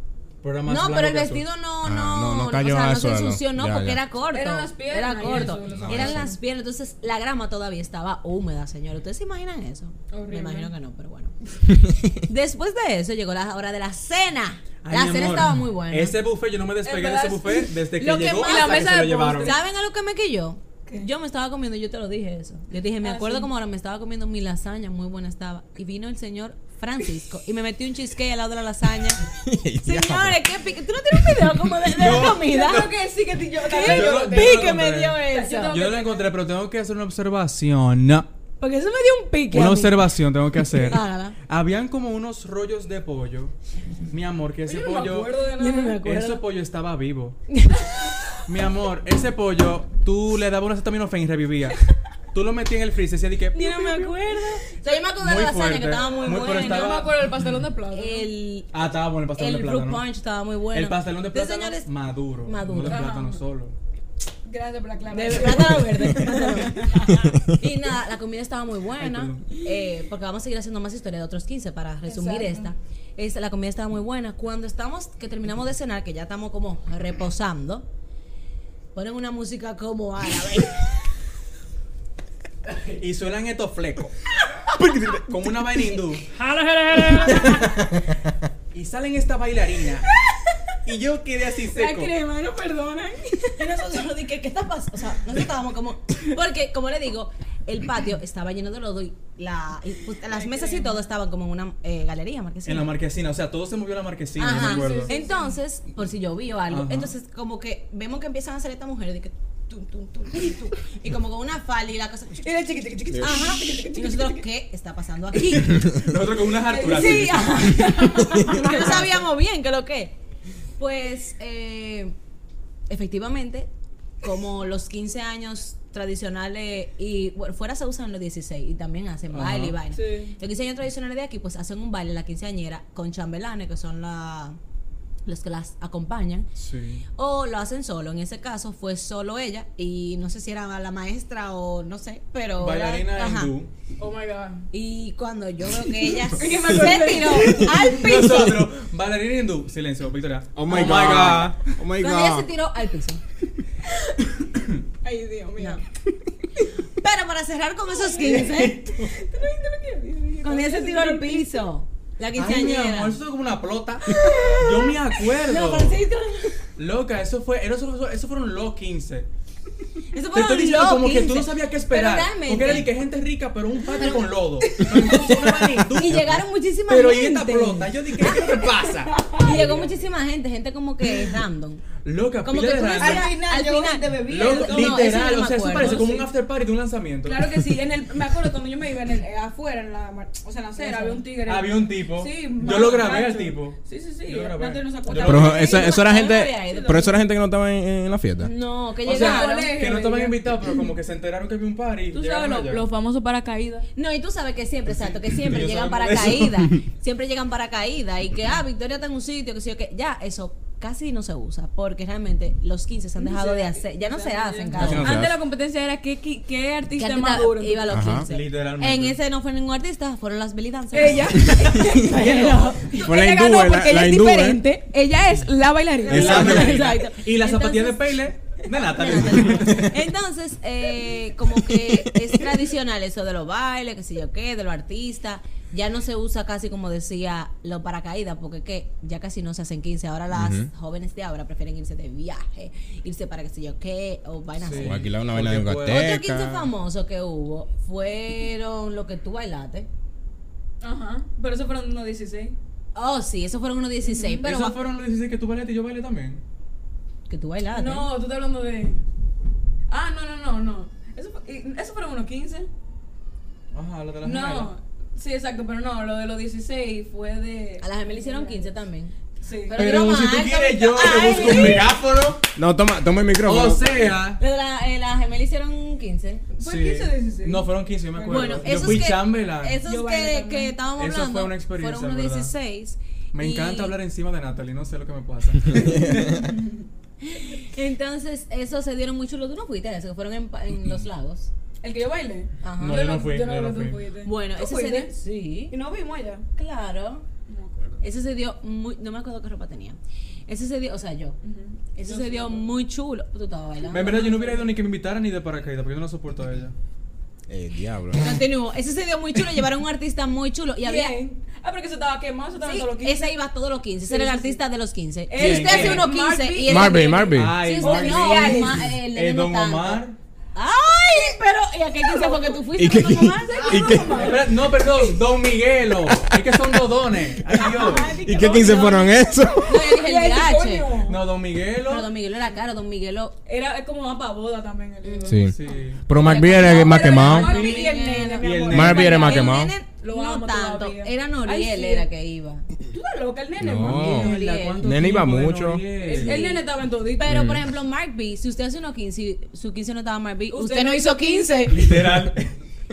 Speaker 4: Programa
Speaker 1: No, pero el vestido no,
Speaker 2: Ah,
Speaker 1: no,
Speaker 2: no, no
Speaker 1: no,
Speaker 2: cayó
Speaker 1: o sea,
Speaker 2: al
Speaker 1: no se
Speaker 2: suelo.
Speaker 1: ensució, no,
Speaker 2: Ya,
Speaker 1: porque
Speaker 2: ya.
Speaker 1: era corto.
Speaker 3: Eran las piernas
Speaker 1: Era
Speaker 3: y
Speaker 1: corto.
Speaker 3: eso, los
Speaker 1: Eran
Speaker 2: zapatos.
Speaker 1: las piernas, entonces la grama todavía estaba húmeda, señor. ¿Ustedes se imaginan eso? Me
Speaker 3: Horrible.
Speaker 1: imagino que no, pero bueno. Después de eso llegó la hora de la cena.
Speaker 4: Ay,
Speaker 1: la
Speaker 4: mi
Speaker 1: cena
Speaker 4: amor,
Speaker 1: estaba muy buena.
Speaker 4: Ese buffet, yo no me despegué de ese
Speaker 3: verdad,
Speaker 4: buffet desde que
Speaker 1: Lo que
Speaker 4: llegó
Speaker 1: más-
Speaker 3: la
Speaker 4: hasta
Speaker 3: mesa
Speaker 4: que se lo
Speaker 3: de
Speaker 4: llevaron.
Speaker 3: postres.
Speaker 1: ¿Saben a lo que me quilló?
Speaker 3: ¿Qué?
Speaker 1: Yo me estaba comiendo, yo te lo dije eso. Yo dije, me
Speaker 3: Ah,
Speaker 1: acuerdo
Speaker 3: sí.
Speaker 1: como ahora me estaba comiendo mi lasaña, muy buena estaba. Y vino el señor Francisco y me metió un cheesecake al lado de la
Speaker 4: [laughs]
Speaker 1: lasaña. Señores, qué pique. ¿Tú no tienes un video como de, de la comida? [laughs]
Speaker 3: Yo creo que Ah, sí que te- yo.
Speaker 1: ¿Qué
Speaker 4: Yo lo-
Speaker 1: pique
Speaker 4: yo lo
Speaker 1: me
Speaker 4: encontré.
Speaker 1: dio eso?
Speaker 4: Yo no lo encontré, pero tengo que hacer una observación. No.
Speaker 1: Porque eso me dio un pique.
Speaker 4: Una
Speaker 1: a mí. Ah,
Speaker 4: observación tengo que hacer.
Speaker 1: Hágala.
Speaker 4: Habían como unos rollos de pollo. Mi amor, que ese
Speaker 3: Yo no me
Speaker 4: pollo.
Speaker 3: acuerdo de
Speaker 1: Yo no me
Speaker 3: nada.
Speaker 1: acuerdo.
Speaker 4: Ese pollo estaba
Speaker 1: [laughs]
Speaker 4: vivo. Mi amor, ese pollo, tú le dabas una acetaminofén y revivía. Tú lo metías en el freezer y decía
Speaker 1: Yo
Speaker 4: que.
Speaker 1: no me acuerdo. O sea, yo me acuerdo de la
Speaker 4: Muy
Speaker 1: lasaña
Speaker 4: fuerte,
Speaker 1: que estaba muy,
Speaker 4: muy, pero
Speaker 1: buena.
Speaker 4: estaba-
Speaker 3: Yo me acuerdo del pastelón de plátano.
Speaker 1: El,
Speaker 4: Ah, estaba bueno el pastelón
Speaker 1: el
Speaker 4: de
Speaker 1: fruit
Speaker 4: plátano.
Speaker 1: punch estaba muy bueno.
Speaker 4: El pastelón de
Speaker 1: Entonces,
Speaker 4: plátano
Speaker 1: señores,
Speaker 4: maduro.
Speaker 1: maduro.
Speaker 4: No de
Speaker 1: Ajá.
Speaker 4: plátano solo.
Speaker 3: Gracias por la
Speaker 1: [laughs] De
Speaker 3: aclaración.
Speaker 1: plátano
Speaker 3: [laughs]
Speaker 1: verde. plátano. y nada, la comida estaba muy buena.
Speaker 4: perdón.
Speaker 1: eh, porque vamos a seguir haciendo más historia de otros 15 para resumir
Speaker 3: Exacto.
Speaker 1: esta. Esta, La comida estaba muy buena. Cuando estamos, que terminamos de cenar, que ya estamos como reposando, ponen una música como árabe.
Speaker 4: Y suenan estos
Speaker 2: [laughs]
Speaker 4: flecos. como una vaina hindú. [laughs] y salen esta bailarina. Y yo quedé así
Speaker 3: La
Speaker 4: seco.
Speaker 3: crema, no perdonan.
Speaker 1: Y nosotros dije, ¿qué está pasando? O sea, nosotros estábamos como. Porque, como le digo, el patio estaba lleno de lodo y, la, y, pues, las mesas y todo estaban como en una eh, galería, marquesina.
Speaker 4: En la marquesina. O sea, todo se movió en la marquesina, yo
Speaker 1: Ajá.
Speaker 4: me acuerdo.
Speaker 1: Entonces, por si llovió o algo.
Speaker 4: Ajá.
Speaker 1: Entonces, como que vemos que empiezan a salir estas mujeres de que. tum, tum, tum, tum, tum, y como con una falda y la cosa.
Speaker 3: Era chiqui, chiqui, chiqui.
Speaker 1: Ajá. Y nosotros, ¿qué está pasando
Speaker 4: [laughs]
Speaker 1: aquí?
Speaker 4: Nosotros con unas harturas.
Speaker 1: Sí,
Speaker 4: así.
Speaker 1: ajá.
Speaker 4: [laughs]
Speaker 1: Porque no sabíamos bien qué lo que. Pues, eh, efectivamente, como los 15 años tradicionales y bueno, fuera se usan los 16 y también hacen
Speaker 4: Ajá.
Speaker 1: baile y vaina.
Speaker 3: Sí.
Speaker 1: Los 15 años tradicionales de aquí, pues hacen un baile en la quinceañera con chambelanes, que son la, los que las acompañan.
Speaker 4: Sí.
Speaker 1: O lo hacen solo. En ese caso fue solo ella y no sé si era la maestra o no sé, pero... era-
Speaker 4: Bailarina
Speaker 1: ajá.
Speaker 4: hindú.
Speaker 3: Oh my god.
Speaker 1: Y cuando yo veo que
Speaker 4: [laughs]
Speaker 1: ella se
Speaker 3: que me acordé.
Speaker 1: tiró al piso.
Speaker 4: Nosotros, oh bailarina hindú. Silencio, Victoria.
Speaker 2: Oh my god. Oh my
Speaker 1: Cuando ella se
Speaker 2: god.
Speaker 1: tiró al piso.
Speaker 3: Ay, Dios mío.
Speaker 1: No. Pero para cerrar con esos 15,
Speaker 3: Te lo- te lo quiero decir.
Speaker 1: cuando ella se tiró al piso, la
Speaker 4: Ay, mi
Speaker 1: quinceañera.
Speaker 4: amor, eso es como
Speaker 1: [laughs]
Speaker 4: una plota. Yo me
Speaker 3: No,
Speaker 4: acuerdo.
Speaker 3: pero sí, te-
Speaker 4: Loca, eso fue, eso, eso- eso fueron los 15.
Speaker 1: Eso
Speaker 4: Te
Speaker 1: fueron
Speaker 4: estoy diciendo
Speaker 1: los
Speaker 4: como que tú no
Speaker 1: 15.
Speaker 4: sabías qué esperar.
Speaker 1: Pero realmente-
Speaker 4: Porque era de que gente rica, pero un patio
Speaker 1: [laughs]
Speaker 4: con lodo. Una vaina hindú.
Speaker 1: Y llegaron muchísima
Speaker 4: Pero y
Speaker 1: gente.
Speaker 4: esta plota, yo dije, ¿qué es lo que pasa?
Speaker 1: Y llegó muchísima gente, gente como que random.
Speaker 4: Loca,
Speaker 1: Como
Speaker 4: pila
Speaker 1: que
Speaker 4: de
Speaker 1: tú
Speaker 4: random.
Speaker 1: decías-
Speaker 3: Al final,
Speaker 1: al
Speaker 3: yo
Speaker 1: final.
Speaker 3: de bebida.
Speaker 4: Loco,
Speaker 1: no, eso
Speaker 4: literal,
Speaker 1: no me
Speaker 4: o sea, eso
Speaker 1: acuerdo,
Speaker 4: parece como
Speaker 1: sí.
Speaker 4: un after party de un lanzamiento.
Speaker 3: Claro que sí, en el, me acuerdo cuando yo me iba en el, eh, afuera, en la, mar- o sea, en la acera, había un tigre.
Speaker 4: Había un tipo.
Speaker 3: Sí,
Speaker 4: Yo
Speaker 3: macho,
Speaker 4: lo grabé al
Speaker 3: macho.
Speaker 4: tipo.
Speaker 3: Sí, sí, sí.
Speaker 4: Yo lo grabé.
Speaker 3: Antes no se acordaba.
Speaker 2: Pero
Speaker 3: Estaba
Speaker 2: eso,
Speaker 3: ahí,
Speaker 2: eso era
Speaker 3: no
Speaker 2: gente.
Speaker 3: había ido.
Speaker 2: Pero eso era gente que no estaba en, en la fiesta.
Speaker 1: No, que
Speaker 4: O sea,
Speaker 1: llegaron.
Speaker 4: que no estaban invitados, pero como que se enteraron que había un party.
Speaker 3: Tú sabes,
Speaker 4: llegaron
Speaker 3: lo-
Speaker 4: allá.
Speaker 3: los famosos paracaídas.
Speaker 1: No, y tú sabes que siempre, exacto, que siempre
Speaker 4: Ellos
Speaker 1: llegan
Speaker 4: saben
Speaker 1: para
Speaker 4: de eso.
Speaker 1: caída. Siempre llegan para caída. Y que, ah, Victoria está en un sitio, que sí, que ya, eso casi no se usa. Porque realmente los 15 se han dejado de hacer. Ya no se hacen,
Speaker 2: Casi
Speaker 1: cabrón.
Speaker 2: no se
Speaker 3: Antes
Speaker 2: hace.
Speaker 3: la competencia era qué, qué, qué
Speaker 1: Que
Speaker 3: artista
Speaker 1: artista
Speaker 3: más duro.
Speaker 1: iba a los
Speaker 2: Ajá.
Speaker 1: 15.
Speaker 4: Literalmente.
Speaker 1: En ese no fue ningún artista, fueron las belly dancers.
Speaker 2: [laughs]
Speaker 3: Ella. ella
Speaker 2: Fue la
Speaker 3: ganó
Speaker 2: hindú, la-
Speaker 3: porque ella
Speaker 2: la
Speaker 3: es
Speaker 2: hindú, ¿eh?
Speaker 3: diferente. Ella es la bailarina.
Speaker 2: Es la
Speaker 4: [laughs] bailarina.
Speaker 3: Exacto.
Speaker 4: Y las zapatillas de Pele de Natalie. [laughs]
Speaker 1: [laughs] Entonces, eh, como que es tradicional eso de los bailes, que sé yo qué, de los artistas. Ya no se usa casi como decía los paracaídas, porque que ya casi no se hacen 15. Ahora las
Speaker 2: Ujú.
Speaker 1: jóvenes de ahora prefieren irse de viaje, irse para que sé yo qué, o vainas
Speaker 4: Sí.
Speaker 1: así.
Speaker 2: O alquilar una vaina de un
Speaker 4: Porque fue-
Speaker 1: Otro
Speaker 2: cartel.
Speaker 1: 15 famoso que hubo fueron lo que tú bailaste.
Speaker 3: Ajá. Pero eso fueron unos 16.
Speaker 1: Oh, sí, esos fueron unos 16, pero
Speaker 4: Esos
Speaker 1: va-
Speaker 4: fueron los 16 que tú bailaste y yo bailé también.
Speaker 1: que tú bailaste.
Speaker 3: No, tú estás hablando de. Ah, no, no, no, no. Eso, fue- eh, eso fueron unos 15.
Speaker 4: Ajá, lo de las
Speaker 3: No.
Speaker 4: gemelas.
Speaker 3: Sí, exacto, pero no, lo de los 16 fue de.
Speaker 1: A las gemelas hicieron 15 también.
Speaker 3: Sí.
Speaker 1: Ah, Pero
Speaker 4: Pero
Speaker 1: mira,
Speaker 4: si tú
Speaker 1: Marco,
Speaker 4: quieres, yo te
Speaker 1: Ah, ay.
Speaker 4: busco un megáfono.
Speaker 2: No, toma, toma el micrófono.
Speaker 4: O sea.
Speaker 1: Pero la- eh, las gemelas hicieron 15.
Speaker 3: ¿Fue
Speaker 4: sí.
Speaker 3: 15 o 16?
Speaker 4: No, fueron 15, yo me acuerdo.
Speaker 1: Bueno,
Speaker 4: yo
Speaker 1: esos
Speaker 4: fui
Speaker 1: que,
Speaker 4: chamberlain.
Speaker 1: Esos
Speaker 3: Yo bailé
Speaker 1: que,
Speaker 3: también.
Speaker 1: que estábamos
Speaker 4: Eso fue
Speaker 1: hablando
Speaker 4: una experiencia,
Speaker 1: fueron unos
Speaker 4: ¿verdad?
Speaker 1: 16.
Speaker 4: Me
Speaker 1: y
Speaker 4: encanta hablar encima de Natalie, no sé lo que me
Speaker 1: [laughs]
Speaker 4: pasa.
Speaker 1: Entonces, eso se dieron muy chulo. Tú no fuiste a eso, que fueron en, pa- en los lagos.
Speaker 3: ¿El que yo bailé?
Speaker 1: Ajá.
Speaker 4: No, yo no fui, yo no
Speaker 3: tú
Speaker 4: fui.
Speaker 3: fuiste.
Speaker 1: Bueno,
Speaker 3: ¿Tú
Speaker 1: ese se dio.
Speaker 3: fuiste?
Speaker 1: Sí.
Speaker 3: Y no vimos allá.
Speaker 1: Claro.
Speaker 3: No me acuerdo.
Speaker 1: Ese se dio muy. No me acuerdo qué ropa tenía. Ese se dio, o sea, yo. Ese se dio muy chulo. Tú estabas bailando.
Speaker 4: en verdad, yo no hubiera ido ni que me invitaran ni de paracaídas, porque yo no la soporto a ella.
Speaker 2: Eh, diablo.
Speaker 1: Continúo. Ese se dio muy chulo. Llevaron un artista muy chulo. Y había.
Speaker 3: Bien. Ah, pero que eso estaba quemado, eso estaba
Speaker 1: Sí,
Speaker 3: en todos los 15.
Speaker 1: ese iba a todos los 15. Ese
Speaker 3: Sí,
Speaker 1: era el
Speaker 3: sí, Este sí.
Speaker 1: artista de los 15.
Speaker 3: ¿Quién?
Speaker 1: Si usted hace
Speaker 4: ¿Quién?
Speaker 1: unos 15 y el
Speaker 2: Marvin, Marvin.
Speaker 1: Sí,
Speaker 4: Ay,
Speaker 1: usted
Speaker 4: Marvin.
Speaker 1: no,
Speaker 3: Marvin.
Speaker 1: ma- eh, le
Speaker 4: Eh,
Speaker 1: dimos
Speaker 4: don
Speaker 1: tanto.
Speaker 4: Omar.
Speaker 1: ¡Ay! Pero, ¿y a qué 15 fue que tú fuiste?
Speaker 2: ¿Y qué?
Speaker 1: Don Omar?
Speaker 2: ¿Y qué?
Speaker 4: Espera, no, perdón, Don Miguelo. Es que son dodones. Ay, Dios.
Speaker 2: ¿Y qué 15 fueron eso?
Speaker 1: No, yo dije el
Speaker 3: Ay,
Speaker 1: DH.
Speaker 3: coño.
Speaker 4: No, Don Miguelo.
Speaker 1: Pero Don Miguelo era caro, Don Miguelo.
Speaker 3: Era es como más para boda también.
Speaker 1: Mm.
Speaker 3: El
Speaker 2: [laughs]
Speaker 3: libro.
Speaker 2: Sí.
Speaker 4: Sí.
Speaker 2: Pero Marvin era más quemado.
Speaker 3: Marvin y el nene, mi
Speaker 4: Y el
Speaker 3: amor.
Speaker 4: nene.
Speaker 2: Marvin era más
Speaker 1: El
Speaker 2: quemado.
Speaker 1: nene,
Speaker 3: Lo
Speaker 1: no
Speaker 3: amo
Speaker 1: tanto,
Speaker 3: todavía.
Speaker 1: era
Speaker 3: Ay,
Speaker 1: Noriel
Speaker 3: sí.
Speaker 1: era que iba.
Speaker 3: Tú estás loca, el nene.
Speaker 2: No.
Speaker 1: Noriel.
Speaker 4: Mierda, ¿cuánto
Speaker 2: Nene iba
Speaker 4: tiempo de
Speaker 2: mucho.
Speaker 4: Noriel?
Speaker 3: El, el nene estaba en todito.
Speaker 2: Mm.
Speaker 1: Pero, por ejemplo, Mark B, si usted hace unos 15, y su 15 no estaba Mark B, usted, no hizo
Speaker 3: 15.
Speaker 4: [laughs] Literal.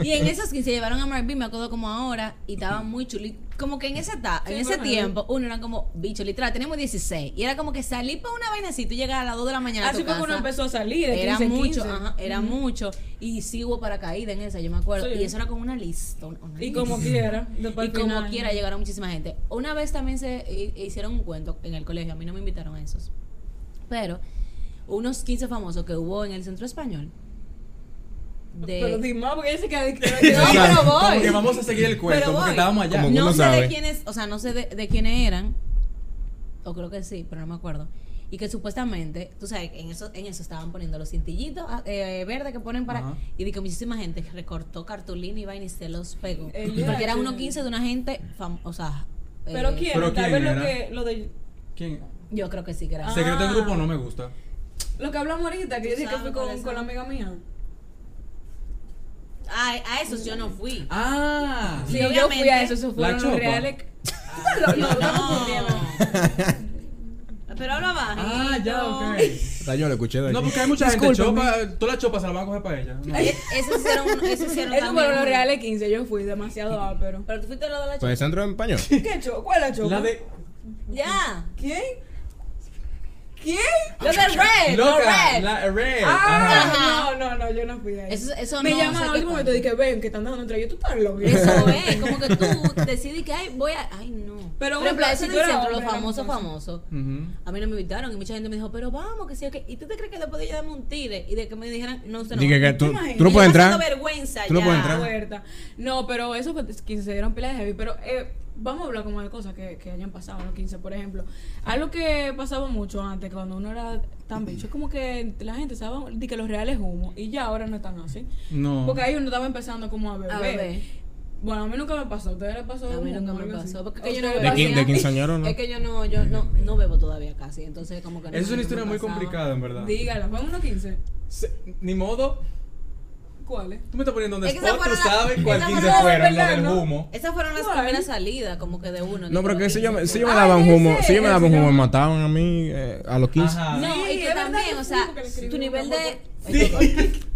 Speaker 1: Y en esos 15 llevaron a Mark B, me acuerdo como ahora, y estaba muy chuli. Como que en esa etapa, en
Speaker 3: Sí,
Speaker 1: ese
Speaker 3: bueno.
Speaker 1: tiempo, uno era como bicho, literal, teníamos 16. Y era como que salir para una vaina así, tú llegas a las 2 de la mañana. a tu
Speaker 3: Así fue que uno
Speaker 1: casa.
Speaker 3: empezó a salir. De 15,
Speaker 1: Era
Speaker 3: 15.
Speaker 1: mucho, ajá, era mucho. Y sí hubo paracaídas en esa, yo me acuerdo.
Speaker 3: Sí.
Speaker 1: Y eso era con una lista. una- una
Speaker 3: Y
Speaker 1: lista.
Speaker 3: como quiera.
Speaker 1: [laughs] Y
Speaker 3: después al
Speaker 1: como
Speaker 3: final.
Speaker 1: quiera llegaron muchísima gente. Una vez también se hi- hicieron un cuento en el colegio, a mí no me invitaron a esos. Pero unos 15 famosos que hubo en el centro español. De,
Speaker 3: Pero di más, porque ella se
Speaker 4: [laughs]
Speaker 3: queda.
Speaker 1: No,
Speaker 4: O sea,
Speaker 1: pero
Speaker 4: Como
Speaker 1: voy.
Speaker 4: que vamos a seguir el cuento,
Speaker 1: Pero
Speaker 4: porque
Speaker 1: voy.
Speaker 4: estábamos allá.
Speaker 2: Como- que
Speaker 1: no
Speaker 2: Pues uno
Speaker 1: sé
Speaker 2: sabe.
Speaker 1: de quiénes, o sea, no sé de, de quiénes eran, o creo que sí, pero no me acuerdo. Y que supuestamente, tú sabes, en eso, en eso estaban poniendo los cintillitos ah, eh, verdes que ponen para.
Speaker 4: Ajá.
Speaker 1: Y de que muchísima gente recortó cartulina y vaina y se los pegó.
Speaker 3: Eh,
Speaker 1: porque
Speaker 3: ya,
Speaker 1: era
Speaker 3: sí.
Speaker 1: uno 15 de una gente fam- o sea. eh,
Speaker 3: Pero quién,
Speaker 4: Pero
Speaker 3: tal
Speaker 4: quién
Speaker 3: vez lo
Speaker 4: era.
Speaker 3: que, lo, de,
Speaker 4: ¿Quién?
Speaker 1: Yo creo que sí, que era.
Speaker 3: Ah,
Speaker 4: Secreto del grupo no me gusta.
Speaker 3: lo que hablamos ahorita, que yo
Speaker 1: Tú
Speaker 3: dije que fui
Speaker 1: sabes cuáles
Speaker 3: con,
Speaker 1: son.
Speaker 3: con la amiga mía.
Speaker 1: Ah, a esos yo no
Speaker 3: [laughs]
Speaker 1: fui.
Speaker 4: Ah.
Speaker 1: Sí,
Speaker 3: Sí, yo
Speaker 1: obviamente. Ah,
Speaker 3: fui a eso, eso
Speaker 4: La
Speaker 3: fueron
Speaker 4: chopa.
Speaker 3: los reales. [laughs] Lo- lo- lo
Speaker 1: [laughs]
Speaker 3: confundieron.
Speaker 1: Pero habla bajito.
Speaker 4: Ah, ya, ok.
Speaker 2: Ah, Yo lo escuché de
Speaker 4: No,
Speaker 2: aquí.
Speaker 4: porque hay mucha gente
Speaker 3: Discúlpame.
Speaker 4: chopa, todas las chopas se las van a coger para ella. No.
Speaker 1: Eh, Esos hicieron, esos
Speaker 3: [laughs]
Speaker 1: hicieron
Speaker 3: Eso
Speaker 1: también
Speaker 3: fueron los
Speaker 1: uno.
Speaker 3: reales 15, yo
Speaker 1: [laughs]
Speaker 3: fui demasiado ápero.
Speaker 1: Pero tú fuiste a lo de la
Speaker 2: Pues el centro en español.
Speaker 3: ¿Qué choco? ¿Cuál es la choco?
Speaker 4: La de
Speaker 1: Ya.
Speaker 3: ¿Quién? ¿Quién?
Speaker 1: Los de Red, los
Speaker 4: Loca,
Speaker 1: Red.
Speaker 4: la red. Ajá.
Speaker 3: Ah, no, no, no, yo no fui de ahí.
Speaker 2: pues,
Speaker 1: Eso, eso
Speaker 3: me
Speaker 1: no
Speaker 3: llaman
Speaker 1: sé
Speaker 3: al
Speaker 1: qué
Speaker 3: último
Speaker 1: cuánto.
Speaker 3: momento y dije, ven, que están dando un trago. Tú estás loco. [laughs]
Speaker 1: Eso es, como que tú decides que ay, voy a. Ay, no.
Speaker 3: Pero
Speaker 1: Por ejemplo,
Speaker 3: bueno,
Speaker 1: eso
Speaker 3: si
Speaker 1: en
Speaker 3: tú
Speaker 1: el
Speaker 3: eras
Speaker 1: centro, los
Speaker 3: hombre,
Speaker 1: famosos,
Speaker 3: entonces.
Speaker 1: famosos.
Speaker 4: Ujú.
Speaker 1: A mí no me invitaron y mucha gente me dijo, pero vamos, que sí, que. ¿Y tú te crees que después de yo darme un tire y de que me dijeran, no, usted no
Speaker 2: Dije
Speaker 1: va a
Speaker 2: que tú,
Speaker 3: imaginas?
Speaker 2: tú no puedes
Speaker 1: Me está
Speaker 2: entrar.
Speaker 1: dando vergüenza
Speaker 2: Tú no
Speaker 1: ya.
Speaker 2: puedes entrar.
Speaker 3: puerta. No, pero eso fue 15, se dieron pila de heavy. Pero eh, vamos a hablar como de cosas que, que hayan pasado en los 15, por ejemplo. Algo que pasaba mucho antes, cuando uno era tan bicho, es como que la gente estaba de que los reales humos. Y ya ahora no están así.
Speaker 4: No.
Speaker 3: Porque ahí uno estaba empezando como a beber.
Speaker 1: A beber.
Speaker 3: Bueno, a mí nunca me pasó. ¿A ustedes les pasó?
Speaker 1: A mí
Speaker 3: humo
Speaker 1: nunca
Speaker 3: o
Speaker 1: me
Speaker 3: algo así?
Speaker 1: pasó. Porque
Speaker 3: ¿A
Speaker 1: que yo no
Speaker 3: ustedes
Speaker 1: bebo
Speaker 2: ¿De
Speaker 1: casi
Speaker 2: quin- de
Speaker 1: nada.
Speaker 2: quinceañero, no?
Speaker 1: Es que yo no, yo no, no bebo todavía casi. Entonces, como que no.
Speaker 4: Esa es
Speaker 1: no
Speaker 4: una
Speaker 1: me
Speaker 4: historia muy
Speaker 1: pasaba.
Speaker 4: complicada, en verdad.
Speaker 3: Dígala, ¿fue en unos 15?
Speaker 4: Se- ni modo,
Speaker 3: ¿Cuáles?
Speaker 4: tú me estás poniendo en
Speaker 1: Es que esa
Speaker 4: spot, tú
Speaker 1: fueron la-
Speaker 4: sabes cuál
Speaker 1: esa
Speaker 4: 15
Speaker 1: fueron la-
Speaker 4: fueron, los
Speaker 3: ¿verdad,
Speaker 4: del
Speaker 3: no?
Speaker 4: humo.
Speaker 1: Esas fueron las
Speaker 3: ¿Cuál?
Speaker 1: primeras salidas, como que de uno.
Speaker 2: No, pero
Speaker 1: Digo,
Speaker 2: que si yo, me- si yo me
Speaker 3: Ah,
Speaker 2: daba un
Speaker 3: ese,
Speaker 2: humo, si yo me
Speaker 3: ese
Speaker 2: daba un humo, me
Speaker 3: llama.
Speaker 2: mataban a mí eh, a los 15.
Speaker 4: Ajá.
Speaker 1: No,
Speaker 3: Sí,
Speaker 1: y que
Speaker 3: es verdad
Speaker 1: también,
Speaker 3: que
Speaker 1: o
Speaker 3: fue
Speaker 1: sea,
Speaker 3: como que le escribí
Speaker 1: tu
Speaker 3: una
Speaker 1: nivel de.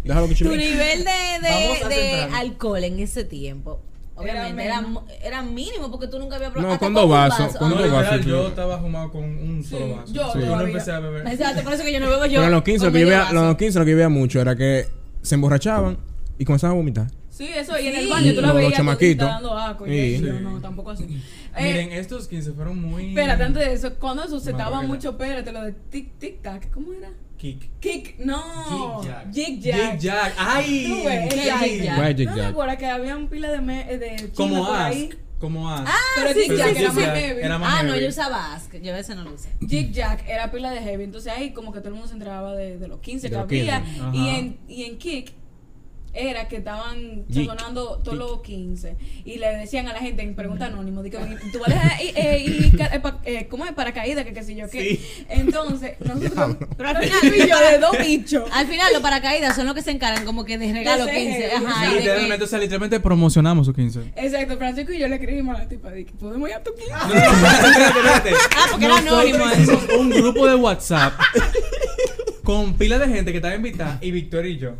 Speaker 2: Déjalo
Speaker 1: Tu
Speaker 2: que chile.
Speaker 1: nivel de,
Speaker 4: Vamos
Speaker 1: de,
Speaker 4: a
Speaker 1: de
Speaker 4: centrarnos.
Speaker 1: alcohol en ese tiempo, obviamente,
Speaker 3: Era
Speaker 1: era,
Speaker 3: menos.
Speaker 1: mo- era mínimo porque tú nunca habías
Speaker 2: No,
Speaker 1: hasta
Speaker 2: con
Speaker 1: con
Speaker 2: dos
Speaker 1: un
Speaker 2: vasos,
Speaker 1: vaso.
Speaker 2: con
Speaker 4: No,
Speaker 1: Ah,
Speaker 2: dos
Speaker 4: literal,
Speaker 2: vasos,
Speaker 4: yo
Speaker 2: sí.
Speaker 4: estaba fumado con un solo
Speaker 3: Sí,
Speaker 4: vaso.
Speaker 3: yo
Speaker 4: Sí. no
Speaker 3: todavía.
Speaker 4: empecé a beber.
Speaker 1: Exacto, por eso que yo no bebo yo.
Speaker 2: Pero a los 15 lo
Speaker 1: con
Speaker 2: que yo
Speaker 1: medio
Speaker 2: veía,
Speaker 1: vaso.
Speaker 2: los 15 lo que yo veía mucho era que se emborrachaban y comenzaban a vomitar.
Speaker 3: Sí, eso, y en
Speaker 1: Sí.
Speaker 3: el baño tú la
Speaker 2: Los
Speaker 3: veías
Speaker 2: chamaquitos.
Speaker 3: todita dando aco.
Speaker 2: Sí.
Speaker 3: Y yo,
Speaker 4: Sí.
Speaker 3: no, tampoco así. Eh,
Speaker 4: Miren, estos 15 fueron muy.
Speaker 3: Espérate, antes de eso, cuando eso se
Speaker 4: Madre
Speaker 3: estaba
Speaker 4: mía.
Speaker 3: mucho, espérate, lo de tic tic tac, ¿cómo era?
Speaker 4: Kick.
Speaker 3: Kick, no.
Speaker 4: Jig Jack.
Speaker 3: Jig
Speaker 4: Jig
Speaker 3: Jack.
Speaker 4: Jack. ¡Ay!
Speaker 3: Tú ves,
Speaker 1: Jig
Speaker 3: Jack.
Speaker 1: Jig Jack.
Speaker 2: Guay, Jig
Speaker 3: ¿No te
Speaker 2: Jack.
Speaker 3: acuerdas que había un pila de, me, eh, de chino
Speaker 4: Como Ah,
Speaker 3: por
Speaker 4: as.
Speaker 3: ahí?
Speaker 4: Como as.
Speaker 3: Pero
Speaker 1: sí,
Speaker 3: Jig
Speaker 1: sí,
Speaker 3: Jack
Speaker 1: sí,
Speaker 3: era
Speaker 1: sí.
Speaker 3: más heavy.
Speaker 4: Era más
Speaker 1: Ah, no,
Speaker 4: heavy.
Speaker 1: yo usaba Ask, yo ese no lo usé.
Speaker 3: Jig Jack era pila de heavy, entonces ahí como que todo el mundo se enteraba de, de los 15
Speaker 2: De
Speaker 3: que
Speaker 2: los
Speaker 3: había.
Speaker 2: 15,
Speaker 3: Y
Speaker 4: ajá.
Speaker 3: en, y en Kick era que estaban
Speaker 2: Jig,
Speaker 3: sonando todos
Speaker 2: Jig.
Speaker 3: los 15 y le decían a la gente en pregunta anónimo, de que, tú vas a y, eh, y ca- eh, pa- eh, ¿cómo es? Paracaídas, que qué sé yo qué.
Speaker 4: [laughs]
Speaker 3: Entonces, nosotros, pero al final tú y yo de dos
Speaker 1: [laughs]
Speaker 3: bichos.
Speaker 1: Al final, los paracaídas son los que se encargan como que de regalo
Speaker 3: De
Speaker 1: 15.
Speaker 3: ser,
Speaker 1: Ajá,
Speaker 4: Sí,
Speaker 1: y de que-
Speaker 4: literalmente, o sea, literalmente promocionamos sus 15.
Speaker 3: Exacto, Francisco y yo le escribimos a la tipa, de que podemos ir a tu 15.
Speaker 4: No, no, espérate, espérate, espérate.
Speaker 1: Ah, porque era
Speaker 4: Nosotros
Speaker 1: anónimo, eso.
Speaker 4: hicimos un grupo de WhatsApp con pila de gente que estaba invitada y Victoria y yo.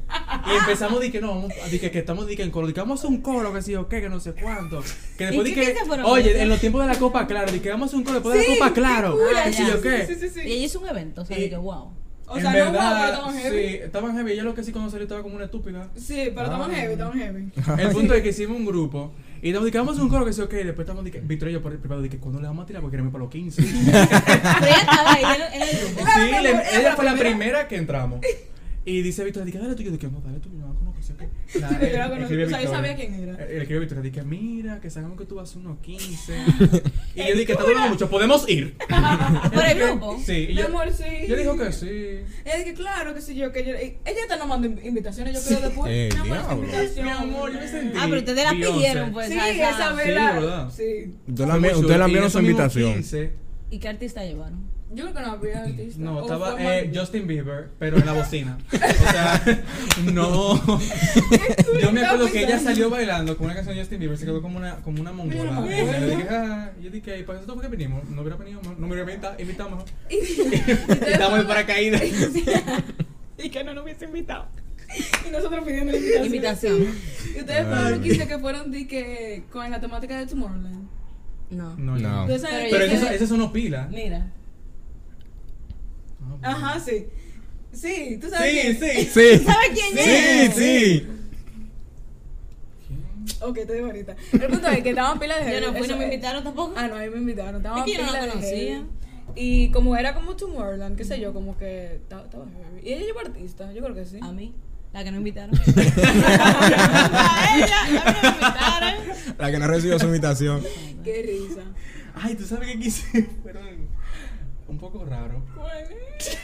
Speaker 4: Y empezamos di que no, vamos, di que, que estamos di que en coro, di que vamos a un coro, que sí o qué, que no sé cuánto. Que después
Speaker 1: ¿Y
Speaker 4: di
Speaker 1: qué
Speaker 4: que,
Speaker 1: piensas fueron
Speaker 4: oye,
Speaker 1: esos?
Speaker 4: en los tiempos de la Copa Claro, di que vamos a un coro después de la Copa Claro.
Speaker 1: cool,
Speaker 4: que sí
Speaker 1: ya.
Speaker 4: o qué.
Speaker 3: Sí, sí, sí.
Speaker 1: Y ella hizo un evento, o sea,
Speaker 4: Y-
Speaker 1: dije,
Speaker 4: [laughs]
Speaker 1: wow.
Speaker 3: O
Speaker 4: En
Speaker 3: sea, no guau, pero estaban
Speaker 4: Sí, Ah.
Speaker 3: heavy.
Speaker 4: estaban heavy. Yo lo que sí cuando salió estaba como una estúpida.
Speaker 3: Sí, pero estaban heavy, estaban heavy.
Speaker 4: El punto es que hicimos un grupo y nos dedicamos a un coro que sí, ok, después estamos, di que- Víctor y yo por el privado, dije, ¿cuándo le vamos a tirar? Porque queremos ir para los 15.
Speaker 1: Pero ella estaba ahí en el- en el grupo.
Speaker 4: Sí,
Speaker 3: Claro,
Speaker 4: le-
Speaker 3: mi amor,
Speaker 4: ella
Speaker 3: era
Speaker 4: fue la
Speaker 3: la
Speaker 4: primera que entramos. Y dice Victoria, dije, dale tú, yo dije, no, dale tú, yo no la conozco, sí, ok. Nah,
Speaker 3: Sí, pero yo
Speaker 4: eh,
Speaker 3: la conozco,
Speaker 4: escribe
Speaker 3: o sea, yo
Speaker 4: Victoria.
Speaker 3: sabía quién era.
Speaker 4: Eh, Le escribe Victoria, dije, mira, que sabemos que tú vas a unos 15. y yo dije, está durando mucho, podemos ir.
Speaker 1: Por el grupo.
Speaker 4: Sí, y
Speaker 3: Mi
Speaker 4: yo,
Speaker 3: amor, sí.
Speaker 4: yo dijo que sí.
Speaker 3: Ella dije, claro, que sí, yo, que yo. y Ella te no mandó in- invitaciones, yo creo después.
Speaker 2: Eh,
Speaker 3: mi amor, esta
Speaker 2: diablo.
Speaker 3: invitación.
Speaker 4: Mi amor, yo me sentí.
Speaker 1: Ah, pero ustedes la
Speaker 4: Beyoncé.
Speaker 1: pidieron, pues.
Speaker 3: Sí,
Speaker 1: a
Speaker 3: esa, vela.
Speaker 4: ¿verdad?
Speaker 3: Sí.
Speaker 2: Ustedes
Speaker 4: Fue
Speaker 2: la
Speaker 4: muy
Speaker 2: envi-
Speaker 4: chulo.
Speaker 2: ustedes la
Speaker 4: Y
Speaker 2: enviaron su
Speaker 4: esos mismos
Speaker 2: invitación.
Speaker 4: 15,
Speaker 1: ¿Y qué artista llevaron?
Speaker 3: Yo creo que no había artista.
Speaker 4: No,
Speaker 3: O
Speaker 4: estaba
Speaker 3: fue más-
Speaker 4: eh, Justin Bieber, pero en la bocina. O sea,
Speaker 3: [laughs]
Speaker 4: no. Yo me
Speaker 3: pues,
Speaker 4: acuerdo que ella salió bailando con una canción de Justin Bieber, se quedó como una, como una mongola.
Speaker 3: Mira,
Speaker 4: Y Yo
Speaker 3: bueno.
Speaker 4: dije, ah, yo dije, ¿para eso fue que vinimos? No hubiera venido, no me hubiera invita- invitado mejor.
Speaker 3: Y-
Speaker 4: Y Estamos en paracaídas. [laughs]
Speaker 3: Y que no nos hubiese invitado. Y nosotros pidiendo la invitación.
Speaker 1: Invitación.
Speaker 3: Y ustedes
Speaker 2: Ay.
Speaker 3: fueron 15 que fueron di que con la temática de Tomorrowland.
Speaker 1: No.
Speaker 4: No, yo
Speaker 2: No.
Speaker 4: no.
Speaker 3: Ustedes saben
Speaker 1: Pero
Speaker 3: que-
Speaker 4: Pero esas esas son unos pilas.
Speaker 1: Mira.
Speaker 3: Ajá, sí. Sí, tú sabes.
Speaker 4: Ah, Sí,
Speaker 3: quién?
Speaker 4: sí.
Speaker 2: Sí.
Speaker 1: ¿Sabe quién
Speaker 2: Sí,
Speaker 1: es?
Speaker 2: sí.
Speaker 3: Ok, te digo ahorita. El punto es que estaban pila de
Speaker 1: Yo
Speaker 3: gente.
Speaker 1: no fui,
Speaker 3: Eso
Speaker 1: no me
Speaker 3: es-
Speaker 1: invitaron tampoco.
Speaker 3: Ah, no, ahí me invitaron. Estaban
Speaker 1: Es que yo no la
Speaker 3: pila de
Speaker 1: conocía.
Speaker 3: gente. Y como era como Tomorrowland, qué sé yo, como que estaba, estaba heavy. Y ella llevó artista, yo creo que sí.
Speaker 1: A mí, la que no
Speaker 2: [laughs]
Speaker 1: invitaron. [laughs] a ella, la que no invitaron.
Speaker 2: La que no recibió su invitación.
Speaker 3: Qué risa.
Speaker 4: Ay, tú sabes que quise. [laughs] Fueron un poco raro.
Speaker 3: ¿Cuál es?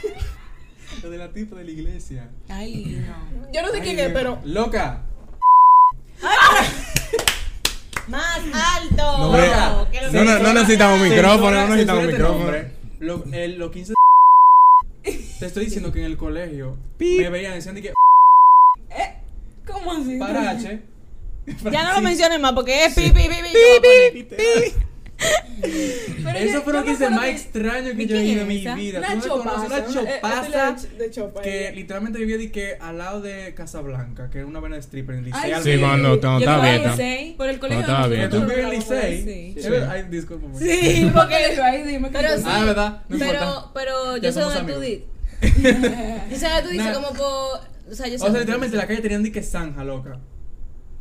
Speaker 4: Lo de la tipa de la iglesia.
Speaker 1: Ay, no.
Speaker 3: Yo no sé
Speaker 4: Ay, eh,
Speaker 3: quién es,
Speaker 4: Dios.
Speaker 3: pero.
Speaker 4: Loca.
Speaker 1: Más alto.
Speaker 2: No, hombre.
Speaker 1: que lo
Speaker 2: No, no, no necesitamos micrófono, no necesitamos
Speaker 4: Censúrate
Speaker 2: micrófono.
Speaker 4: este nombre. Lo, el- los 15 [laughs] Te estoy diciendo que en el colegio me veían diciendo que
Speaker 3: ¿Cómo así?
Speaker 4: parache.
Speaker 1: Ya no lo menciones más porque es pi, pi, pi, pi,
Speaker 4: Literal.
Speaker 3: Pero
Speaker 4: Eso
Speaker 3: yo-
Speaker 4: fue
Speaker 3: yo
Speaker 4: lo que
Speaker 3: me
Speaker 4: hice
Speaker 3: acuerdo
Speaker 4: más extraño que yo he
Speaker 3: ¿Quién
Speaker 4: vivido en
Speaker 3: es
Speaker 4: mi
Speaker 3: esa?
Speaker 4: vida.
Speaker 3: Una
Speaker 4: Tú no conoces
Speaker 3: chopaza.
Speaker 4: una
Speaker 3: Eh, eh,
Speaker 4: chopaza
Speaker 3: de- de chopa, eh.
Speaker 4: que
Speaker 3: ella.
Speaker 4: literalmente vivía de que al lado de Casablanca, que era una vaina de stripper en el
Speaker 3: Ay,
Speaker 4: liceo. algo
Speaker 2: Sí,
Speaker 4: así.
Speaker 2: cuando-
Speaker 3: Yo
Speaker 2: cuando estaba
Speaker 3: estaba en
Speaker 2: abierta.
Speaker 3: Licey, Por el colegio
Speaker 2: Cuando estaba
Speaker 3: de
Speaker 4: Que
Speaker 2: abierta.
Speaker 4: tú
Speaker 3: nosotros,
Speaker 4: vivías en el
Speaker 3: pero la
Speaker 4: liceo.
Speaker 3: abogada, sí.
Speaker 4: Es verdad, Ay, disculpa. amor.
Speaker 3: Sí,
Speaker 4: [laughs]
Speaker 3: porque yo ahí dime que
Speaker 1: Pero
Speaker 3: tú-
Speaker 1: sí.
Speaker 4: Ah, ¿verdad? No
Speaker 1: pero,
Speaker 4: importa.
Speaker 1: pero
Speaker 4: Ya
Speaker 1: yo sé
Speaker 4: somos
Speaker 1: dónde tú
Speaker 4: amigos.
Speaker 1: dices.
Speaker 4: [laughs]
Speaker 1: Yo sé dónde tú dices
Speaker 4: Nah.
Speaker 1: como por. O sea, yo sé dónde
Speaker 4: O sea,
Speaker 1: tú
Speaker 4: literalmente
Speaker 1: dices.
Speaker 4: la calle tenían de que zanja, loca.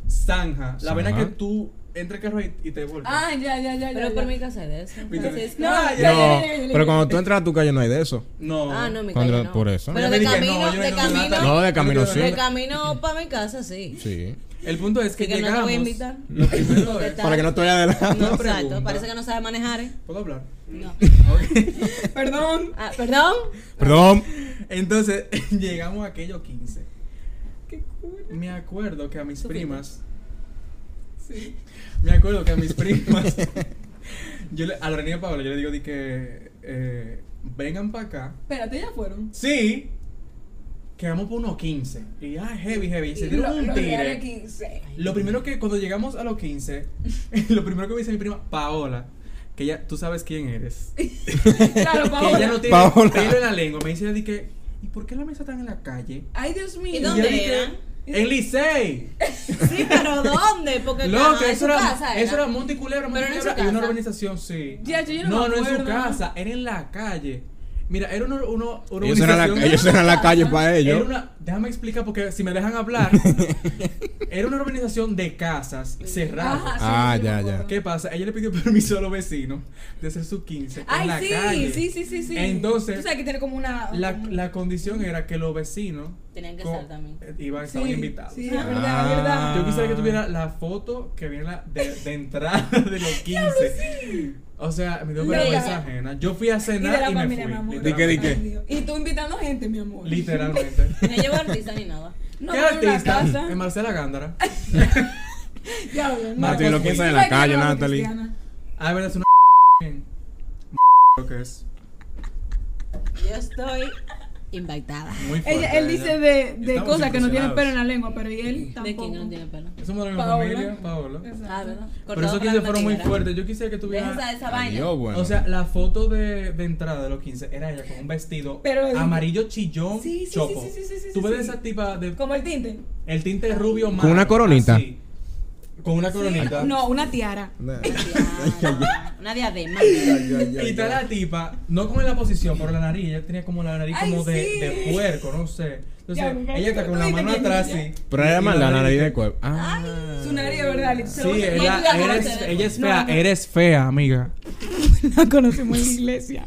Speaker 4: Zanja. La vaina
Speaker 2: Zanja.
Speaker 4: que tú entra el carro y, y te vuelves.
Speaker 3: Ah, ya, ya, ya.
Speaker 1: Pero
Speaker 3: ya,
Speaker 1: por
Speaker 3: ya.
Speaker 1: mi casa hay de eso.
Speaker 4: Viste.
Speaker 1: Entonces,
Speaker 3: No,
Speaker 1: ah,
Speaker 3: ya,
Speaker 2: No,
Speaker 3: ya, ya, ya, ya.
Speaker 2: pero cuando tú entras a tu calle no hay de eso.
Speaker 4: no.
Speaker 1: Ah, no, mi
Speaker 2: Cuando-
Speaker 1: calle no.
Speaker 2: por eso.
Speaker 1: Pero
Speaker 4: Yo
Speaker 1: de
Speaker 4: dije,
Speaker 1: camino,
Speaker 4: no, yo
Speaker 1: de
Speaker 4: no quiero
Speaker 1: camino.
Speaker 4: nada.
Speaker 2: No, de camino sí.
Speaker 1: De camino para mi casa, sí.
Speaker 4: [laughs]
Speaker 2: Sí.
Speaker 4: El punto es que,
Speaker 1: Así que no te
Speaker 4: llegamos.
Speaker 1: voy a invitar. [laughs]
Speaker 4: Lo primero
Speaker 1: ¿Qué
Speaker 4: es.
Speaker 1: tal?
Speaker 2: Para que no te vaya de
Speaker 1: No,
Speaker 2: lado.
Speaker 1: exacto.
Speaker 4: pregunta.
Speaker 1: Parece que no sabe manejar, ¿eh?
Speaker 4: ¿Puedo hablar?
Speaker 1: No.
Speaker 4: [laughs] Ok.
Speaker 3: Perdón.
Speaker 1: Ah, perdón.
Speaker 2: Perdón.
Speaker 4: Entonces, [laughs] llegamos a aquellos 15.
Speaker 3: Qué cool.
Speaker 4: Me acuerdo que a mis primas.
Speaker 3: Sí.
Speaker 4: Me acuerdo que a mis primas. [laughs] yo le, a Lorena y a Paola yo le digo de que. eh, vengan para acá.
Speaker 3: Espérate, ya fueron.
Speaker 4: Sí. Quedamos por unos 15. Y ah, heavy, heavy. Se
Speaker 3: Y
Speaker 4: dieron
Speaker 3: lo-
Speaker 4: un
Speaker 3: lo
Speaker 4: tire.
Speaker 3: real
Speaker 4: [laughs]
Speaker 3: 15.
Speaker 4: Lo primero que cuando llegamos a los 15, [laughs] lo primero que me dice mi prima Paola, que ya tú sabes quién eres,
Speaker 3: Claro,
Speaker 4: que ella
Speaker 3: Paola.
Speaker 4: no tiene
Speaker 2: Paola.
Speaker 4: pelo en la lengua, me dice de que ¿y por qué la mesa está en la calle?
Speaker 3: Ay, Dios mío.
Speaker 1: ¿Y
Speaker 4: yo
Speaker 1: dónde
Speaker 4: dije,
Speaker 1: era?
Speaker 4: En Licey.
Speaker 1: Sí, pero ¿dónde? Porque
Speaker 4: Loca,
Speaker 1: ajá, en
Speaker 4: eso
Speaker 1: su casa
Speaker 4: era,
Speaker 1: era.
Speaker 4: eso era Monte y Culebra, Monte
Speaker 1: Pero
Speaker 4: y
Speaker 1: era en
Speaker 4: Culebra
Speaker 1: su
Speaker 4: y una
Speaker 1: casa.
Speaker 4: urbanización, sí.
Speaker 3: Ya, yo- yo no
Speaker 4: no,
Speaker 3: me
Speaker 4: no en su
Speaker 3: acuerdo.
Speaker 4: casa, era en la calle. Mira, era uno, uno, una
Speaker 2: Ellos eran la,
Speaker 4: urbanización-
Speaker 2: ellos eran la calle para
Speaker 4: Era
Speaker 2: ellos.
Speaker 4: una, déjame explicar porque si me
Speaker 2: [laughs]
Speaker 4: dejan hablar, era una urbanización de casas cerradas.
Speaker 3: Ajá, sí,
Speaker 2: Ah,
Speaker 3: sí, me
Speaker 2: ya,
Speaker 3: acuerdo.
Speaker 4: ¿Qué pasa? Ella le pidió [laughs] permiso a los vecinos de hacer su 15 en la
Speaker 3: Ay, sí,
Speaker 4: calle.
Speaker 3: sí, sí, sí, sí.
Speaker 4: Entonces-
Speaker 3: Tú sabes que tiene como una.
Speaker 4: La,
Speaker 3: como-
Speaker 4: la condición era que los vecinos
Speaker 1: Tenían que
Speaker 4: co-
Speaker 1: estar también.
Speaker 4: eh, iban a
Speaker 3: Sí,
Speaker 4: estar invitados.
Speaker 3: Sí, es
Speaker 2: Ah.
Speaker 3: verdad, es verdad.
Speaker 4: Yo quisiera que tuviera la foto que viene la de, de entrada [laughs] de los 15. O sea, me dio
Speaker 3: Loca.
Speaker 4: vergüenza ajena. Yo fui a
Speaker 3: Y de
Speaker 4: cenar
Speaker 3: la
Speaker 4: y, me
Speaker 3: familia, mi
Speaker 4: fui.
Speaker 3: amor.
Speaker 2: Di que, di
Speaker 3: Ay,
Speaker 2: que.
Speaker 3: Dios. Y tú invitando gente, mi amor.
Speaker 4: Literalmente.
Speaker 1: No llevo artista ni nada.
Speaker 3: No,
Speaker 4: ¿Qué
Speaker 3: pero en la
Speaker 4: artista?
Speaker 3: casa.
Speaker 4: En Marcela Gándara.
Speaker 3: Ya, bueno.
Speaker 4: Nati, lo
Speaker 3: Tú
Speaker 4: piensa
Speaker 3: sabes
Speaker 2: en la
Speaker 3: que yo
Speaker 2: calle,
Speaker 3: no hablo
Speaker 2: Natalie.
Speaker 3: cristiana.
Speaker 4: Ah, verdad, es una. [laughs] Creo que es.
Speaker 1: Yo estoy invitada.
Speaker 4: Muy fuerte.
Speaker 3: Ella, él dice de, de
Speaker 4: Estamos
Speaker 3: cosas que no tienen
Speaker 4: impresionados.
Speaker 3: pelo en la lengua, pero y él tampoco.
Speaker 1: ¿De quién no tiene pelo?
Speaker 4: Eso me lo dijo mi
Speaker 3: Paola.
Speaker 4: familia, Paola.
Speaker 3: Exacto.
Speaker 1: Ah, ¿verdad?
Speaker 4: Pero esos 15 fueron muy fuertes. Yo quisiera que tuviera.
Speaker 1: Deja esa, esa
Speaker 2: Ay,
Speaker 1: vaina.
Speaker 2: Dios, bueno.
Speaker 4: O sea, la foto de, de entrada de los 15 era ella con un vestido
Speaker 3: Pero-
Speaker 4: amarillo chillón
Speaker 3: Sí, sí, sí,
Speaker 4: chopo.
Speaker 3: sí, sí, sí, sí,
Speaker 4: Tú
Speaker 3: sí,
Speaker 4: ves
Speaker 3: sí.
Speaker 4: esa tipa de
Speaker 3: Como el tinte.
Speaker 4: el tinte rubio
Speaker 2: Con
Speaker 4: malo,
Speaker 2: una coronita.
Speaker 4: así. Con una coronita.
Speaker 3: No, una tiara.
Speaker 1: Diana, Una diadema.
Speaker 4: Y está la tipa, no como en la posición, pero la nariz, ella tenía como la nariz
Speaker 3: Ay,
Speaker 4: como de,
Speaker 3: sí.
Speaker 4: de puerco, no sé. Entonces,
Speaker 3: Ya, nunca-
Speaker 4: ella está con
Speaker 3: tú
Speaker 4: la
Speaker 3: dijiste
Speaker 4: mano
Speaker 3: que
Speaker 4: atrás
Speaker 3: ella-
Speaker 4: así.
Speaker 2: Pero era
Speaker 4: y- y
Speaker 2: más la nariz de
Speaker 4: cuerpo.
Speaker 2: cuerpo. Ah.
Speaker 3: Su nariz, ¿verdad? Literal. Se lo
Speaker 4: Sí,
Speaker 2: eh.
Speaker 3: voy a-
Speaker 4: ella,
Speaker 1: tú la
Speaker 4: ella
Speaker 1: conoces,
Speaker 4: es,
Speaker 1: ¿verdad?
Speaker 4: ella es
Speaker 3: No,
Speaker 4: fea,
Speaker 3: no.
Speaker 4: eres fea, amiga.
Speaker 3: La conocemos en la iglesia.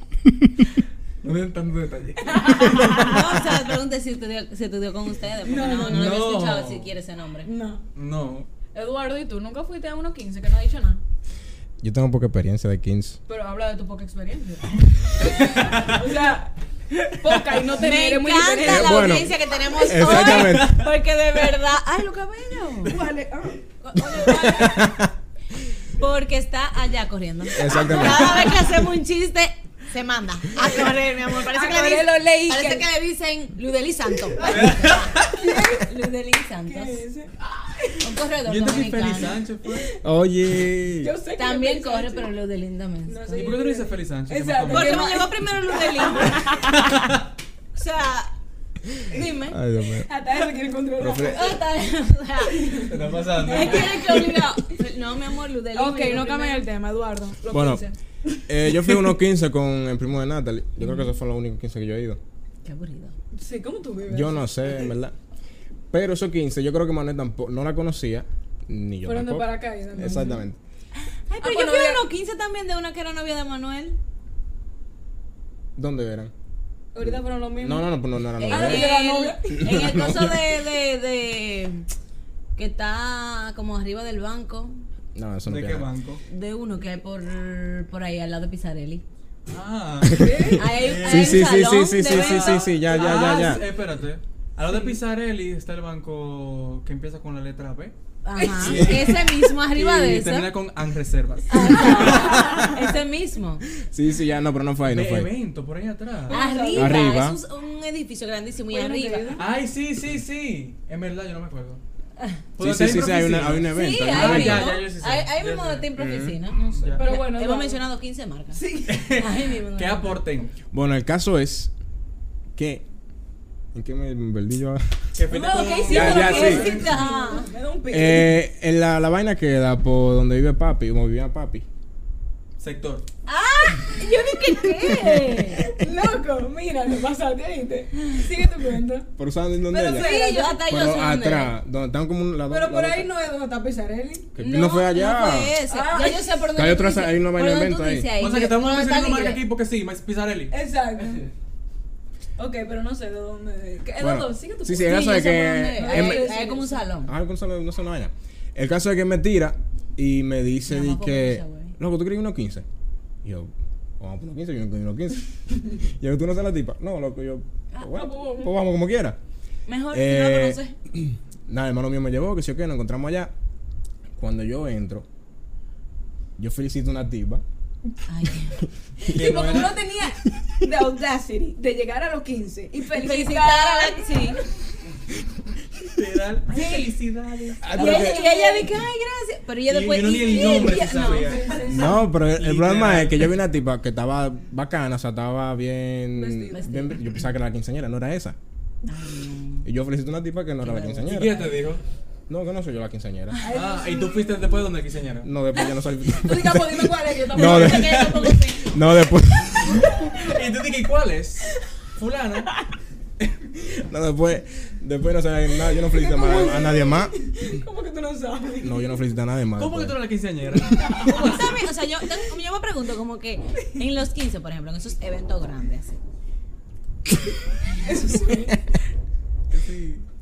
Speaker 4: No den
Speaker 3: [laughs]
Speaker 4: tanto detalle.
Speaker 1: No, o sea, pregunte si estudió, si estudió con ustedes. Porque no,
Speaker 3: No,
Speaker 1: no, no,
Speaker 4: no.
Speaker 1: había escuchado si quiere ese nombre.
Speaker 3: No.
Speaker 4: No.
Speaker 3: Eduardo, ¿y tú nunca fuiste a 1.15 que no ha dicho nada?
Speaker 2: Yo tengo poca experiencia de 15.
Speaker 3: Pero habla de tu poca [laughs] experiencia. o sea, poca y no tener
Speaker 1: Me
Speaker 3: es muy
Speaker 1: encanta
Speaker 3: diferente.
Speaker 1: la
Speaker 2: Bueno,
Speaker 1: audiencia que tenemos hoy.
Speaker 2: Exactamente.
Speaker 1: Porque de verdad. ¡Ay, Luca Bello!
Speaker 3: Vale, ah.
Speaker 1: Oye, vale. Porque está allá corriendo.
Speaker 2: Exactamente.
Speaker 1: Cada vez que hacemos un chiste, se manda a correr, mi amor. Parece,
Speaker 3: A
Speaker 1: que, le
Speaker 3: correr,
Speaker 1: dicen,
Speaker 3: lo leí,
Speaker 1: parece
Speaker 3: que-
Speaker 1: que le dicen Ludeli Santos. [laughs] Ludeli Santos.
Speaker 3: ¿Qué es ese?
Speaker 1: Un corredor
Speaker 4: Yo te fui Feliz
Speaker 1: dominicano.
Speaker 4: Sánchez, pues.
Speaker 2: Oye.
Speaker 3: Yo sé que
Speaker 1: También
Speaker 3: yo pensé-
Speaker 1: corre, pero Ludeli también.
Speaker 3: No
Speaker 4: ¿Y
Speaker 3: sé.
Speaker 4: por qué tú le dices Feliz Sánchez? Que me
Speaker 3: Exacto.
Speaker 4: acordé.
Speaker 1: Porque me llegó [laughs] primero Ludeli. o sea, dime.
Speaker 2: Ay, Dios mío.
Speaker 3: Hasta eso Ah, quiere controlar.
Speaker 2: Profe-
Speaker 1: O sea,
Speaker 4: Te está pasando.
Speaker 1: es que es que obligado. No, mi amor, Ludeli.
Speaker 3: Ok, no cambien el tema, Eduardo. Lo
Speaker 2: Bueno,
Speaker 3: piensa.
Speaker 2: eh, yo fui a unos 15 con el primo de Natalie. Yo creo que esos fueron los únicos 15 que yo he ido.
Speaker 1: Qué aburrido.
Speaker 3: Sí, ¿cómo tú vives?
Speaker 2: Yo no sé, en verdad. Pero esos 15, yo creo que Manuel tampoco no la conocía. Ni yo
Speaker 3: Fueron de
Speaker 2: tampoco.
Speaker 3: paracaídas, ¿no?
Speaker 2: Exactamente.
Speaker 1: Ay,
Speaker 3: Ah,
Speaker 1: pero yo
Speaker 3: bueno,
Speaker 1: fui a
Speaker 3: ya-
Speaker 1: unos 15 también de una que era novia de Manuel.
Speaker 2: ¿Dónde eran?
Speaker 3: Ahorita fueron lo mismo.
Speaker 2: No, no, no, pues no, no eran
Speaker 1: En
Speaker 2: los
Speaker 3: Ah,
Speaker 2: de
Speaker 3: de la
Speaker 1: el,
Speaker 3: novia.
Speaker 1: Eh, en [laughs] el coso de, de, de- que está como arriba del banco
Speaker 2: No, eso no
Speaker 4: ¿De qué
Speaker 2: tiene nada.
Speaker 4: banco?
Speaker 1: de uno que hay por, por ahí al lado de Pizzarelli.
Speaker 3: [laughs]
Speaker 4: Ah.
Speaker 1: Ahí hay- ahí hay
Speaker 2: Sí,
Speaker 1: un
Speaker 2: sí, sí, sí,
Speaker 1: salón
Speaker 2: sí,
Speaker 1: de
Speaker 2: sí, sí,
Speaker 1: eventos.
Speaker 2: sí, sí, ya, ya,
Speaker 4: Ah,
Speaker 2: ya,
Speaker 4: sí,
Speaker 2: ya.
Speaker 4: Espérate. A lo de Pizzarelli está el banco que empieza con la letra B.
Speaker 1: Ajá.
Speaker 4: [laughs]
Speaker 1: Ese mismo arriba
Speaker 4: y
Speaker 1: de
Speaker 4: termina
Speaker 1: ese.
Speaker 4: con An Reservas.
Speaker 3: Ah.
Speaker 1: Ajá, [laughs] Ese mismo.
Speaker 2: Sí, sí, ya, no, pero no fue ahí, no
Speaker 4: de
Speaker 2: fue ahí.
Speaker 4: evento, por ahí atrás.
Speaker 3: Ah.
Speaker 1: Arriba.
Speaker 2: Arriba.
Speaker 1: Es un, un edificio grandísimo y
Speaker 3: Bueno,
Speaker 1: arriba.
Speaker 3: querido.
Speaker 4: Ay, sí, sí, sí. En verdad, yo no me acuerdo.
Speaker 3: Ah.
Speaker 2: Sí, sí, sí, sí, hay, una, hay un evento.
Speaker 1: Sí,
Speaker 2: hay un
Speaker 4: Ah,
Speaker 1: ahí
Speaker 2: evento.
Speaker 4: ya,
Speaker 1: mismo.
Speaker 4: ya, yo sí sé.
Speaker 1: Ahí- Ahí
Speaker 4: Ya
Speaker 1: mismo
Speaker 4: sé.
Speaker 1: de Timbre
Speaker 2: Ujú.
Speaker 1: Oficina. No sé.
Speaker 4: Ya.
Speaker 3: Pero bueno,
Speaker 1: Hemos
Speaker 3: ya.
Speaker 1: mencionado 15 marcas.
Speaker 4: Sí.
Speaker 1: Ahí mismo.
Speaker 4: ¿Qué aporten?
Speaker 2: Bueno, el caso es que. ¿En qué me perdí yo?
Speaker 4: ¿Qué
Speaker 1: Bueno, ¿qué hiciste?
Speaker 2: Ya, ya,
Speaker 1: ¿Qué
Speaker 2: sí.
Speaker 1: hiciste? Ajá.
Speaker 3: Ah, Me da un pico.
Speaker 2: Eh, en la, la vaina queda por donde vive papi, como vivía papi.
Speaker 4: Sector.
Speaker 3: Yo dije, ¿qué? Loco, mira, lo pasaste, ¿viste? Sigue tu cuenta.
Speaker 2: ¿Por saben dónde
Speaker 1: Pero
Speaker 2: ella?
Speaker 1: sí, yo hasta yo
Speaker 2: Pero
Speaker 1: sé dónde era.
Speaker 2: atrás, donde están como la
Speaker 3: Pero
Speaker 2: la
Speaker 3: por
Speaker 2: otra.
Speaker 3: ahí no es donde está Pizarelli.
Speaker 2: Que no, fue allá.
Speaker 1: No fue ese. Ya yo sé por dónde
Speaker 2: Que hay
Speaker 1: tú
Speaker 2: otra-
Speaker 1: dices-
Speaker 2: hay una
Speaker 1: por
Speaker 2: vaina
Speaker 1: dónde
Speaker 2: inventa
Speaker 1: tú
Speaker 2: ahí.
Speaker 1: dices
Speaker 4: O sea que estamos
Speaker 1: ¿Dónde está
Speaker 4: mencionando marca
Speaker 1: Tigre?
Speaker 4: aquí porque sí, Pizarelli. [laughs]
Speaker 3: Exacto. ok, pero no sé de dónde. ¿Qué-
Speaker 2: Bueno,
Speaker 3: Eduardo, sigue tu
Speaker 2: sí, sí,
Speaker 3: cuenta.
Speaker 2: el caso
Speaker 1: yo
Speaker 2: es
Speaker 1: sé por
Speaker 2: que.
Speaker 1: dónde.
Speaker 3: eh,
Speaker 2: em-
Speaker 3: me-
Speaker 1: Ahí- ahí es como un salón.
Speaker 2: Ah, no sabe, no sé una vaina. El caso es que me tira y me dice
Speaker 1: Nada
Speaker 2: di
Speaker 1: más por
Speaker 2: que.
Speaker 1: esa, güey.
Speaker 2: Loco, ¿tú crees unos 15? Y yo, vamos por unos 15, yo no creo unos 15. y yo, ¿tú no sabes la tipa? No, loco, yo. Bueno,
Speaker 3: pues
Speaker 2: pues
Speaker 3: vamos.
Speaker 2: vamos como quiera.
Speaker 1: Mejor Ah,
Speaker 2: Eh, [clears throat]
Speaker 1: si no lo conoces.
Speaker 2: Nada, hermano mío me llevó, que sí o qué, nos encontramos allá. Cuando yo entro, yo felicito a
Speaker 1: [laughs]
Speaker 2: una tipa.
Speaker 1: Ay, Dios.
Speaker 3: Sí, porque uno tenía the audacity de llegar a los 15 y felicitar a
Speaker 1: felicitar
Speaker 3: la
Speaker 1: a sí.
Speaker 4: Literal. Ay, Felicidades.
Speaker 2: Ah,
Speaker 1: Y
Speaker 2: pero
Speaker 1: ella, y
Speaker 2: que-
Speaker 1: ella dice, ay, gracias. Pero ella
Speaker 4: Y
Speaker 1: después.
Speaker 4: uno ni
Speaker 1: y-
Speaker 4: el
Speaker 1: y-
Speaker 4: nombre
Speaker 1: ya-
Speaker 4: se
Speaker 1: no.
Speaker 4: sabía.
Speaker 2: No, pero el, el
Speaker 4: Literal.
Speaker 2: problema es que yo vi una tipa que estaba bacana, o sea, estaba bien,
Speaker 3: Vestida.
Speaker 2: bien- Yo pensaba que era la quinceañera, no era esa. Y yo felicito a una tipa que no era la
Speaker 4: ¿Y
Speaker 2: quinceañera.
Speaker 4: quién te dijo?
Speaker 2: No, que no soy yo la quinceañera.
Speaker 4: Ah, y tú fuiste después donde quinceañera.
Speaker 2: No, después ya no soy.
Speaker 3: Tú
Speaker 2: [laughs]
Speaker 3: digas, pues dime cuál es, yo tampoco
Speaker 2: No, de-
Speaker 3: sé qué es, tampoco
Speaker 1: [laughs]
Speaker 3: sé.
Speaker 2: [laughs] no, después.
Speaker 4: Y tú dije, ¿cuál es? Fulana.
Speaker 2: No, después. Después no sé, nada, yo no felicito a, a nadie más.
Speaker 3: ¿Cómo que tú no sabes?
Speaker 2: No, yo no felicito a nadie más. pues.
Speaker 4: ¿Cómo que tú
Speaker 2: después.
Speaker 4: eres la quinceañera?
Speaker 1: [laughs] Tú Pues, sabes, O sea, yo, tengo- yo me pregunto como que en los 15, por ejemplo, en esos eventos grandes, así,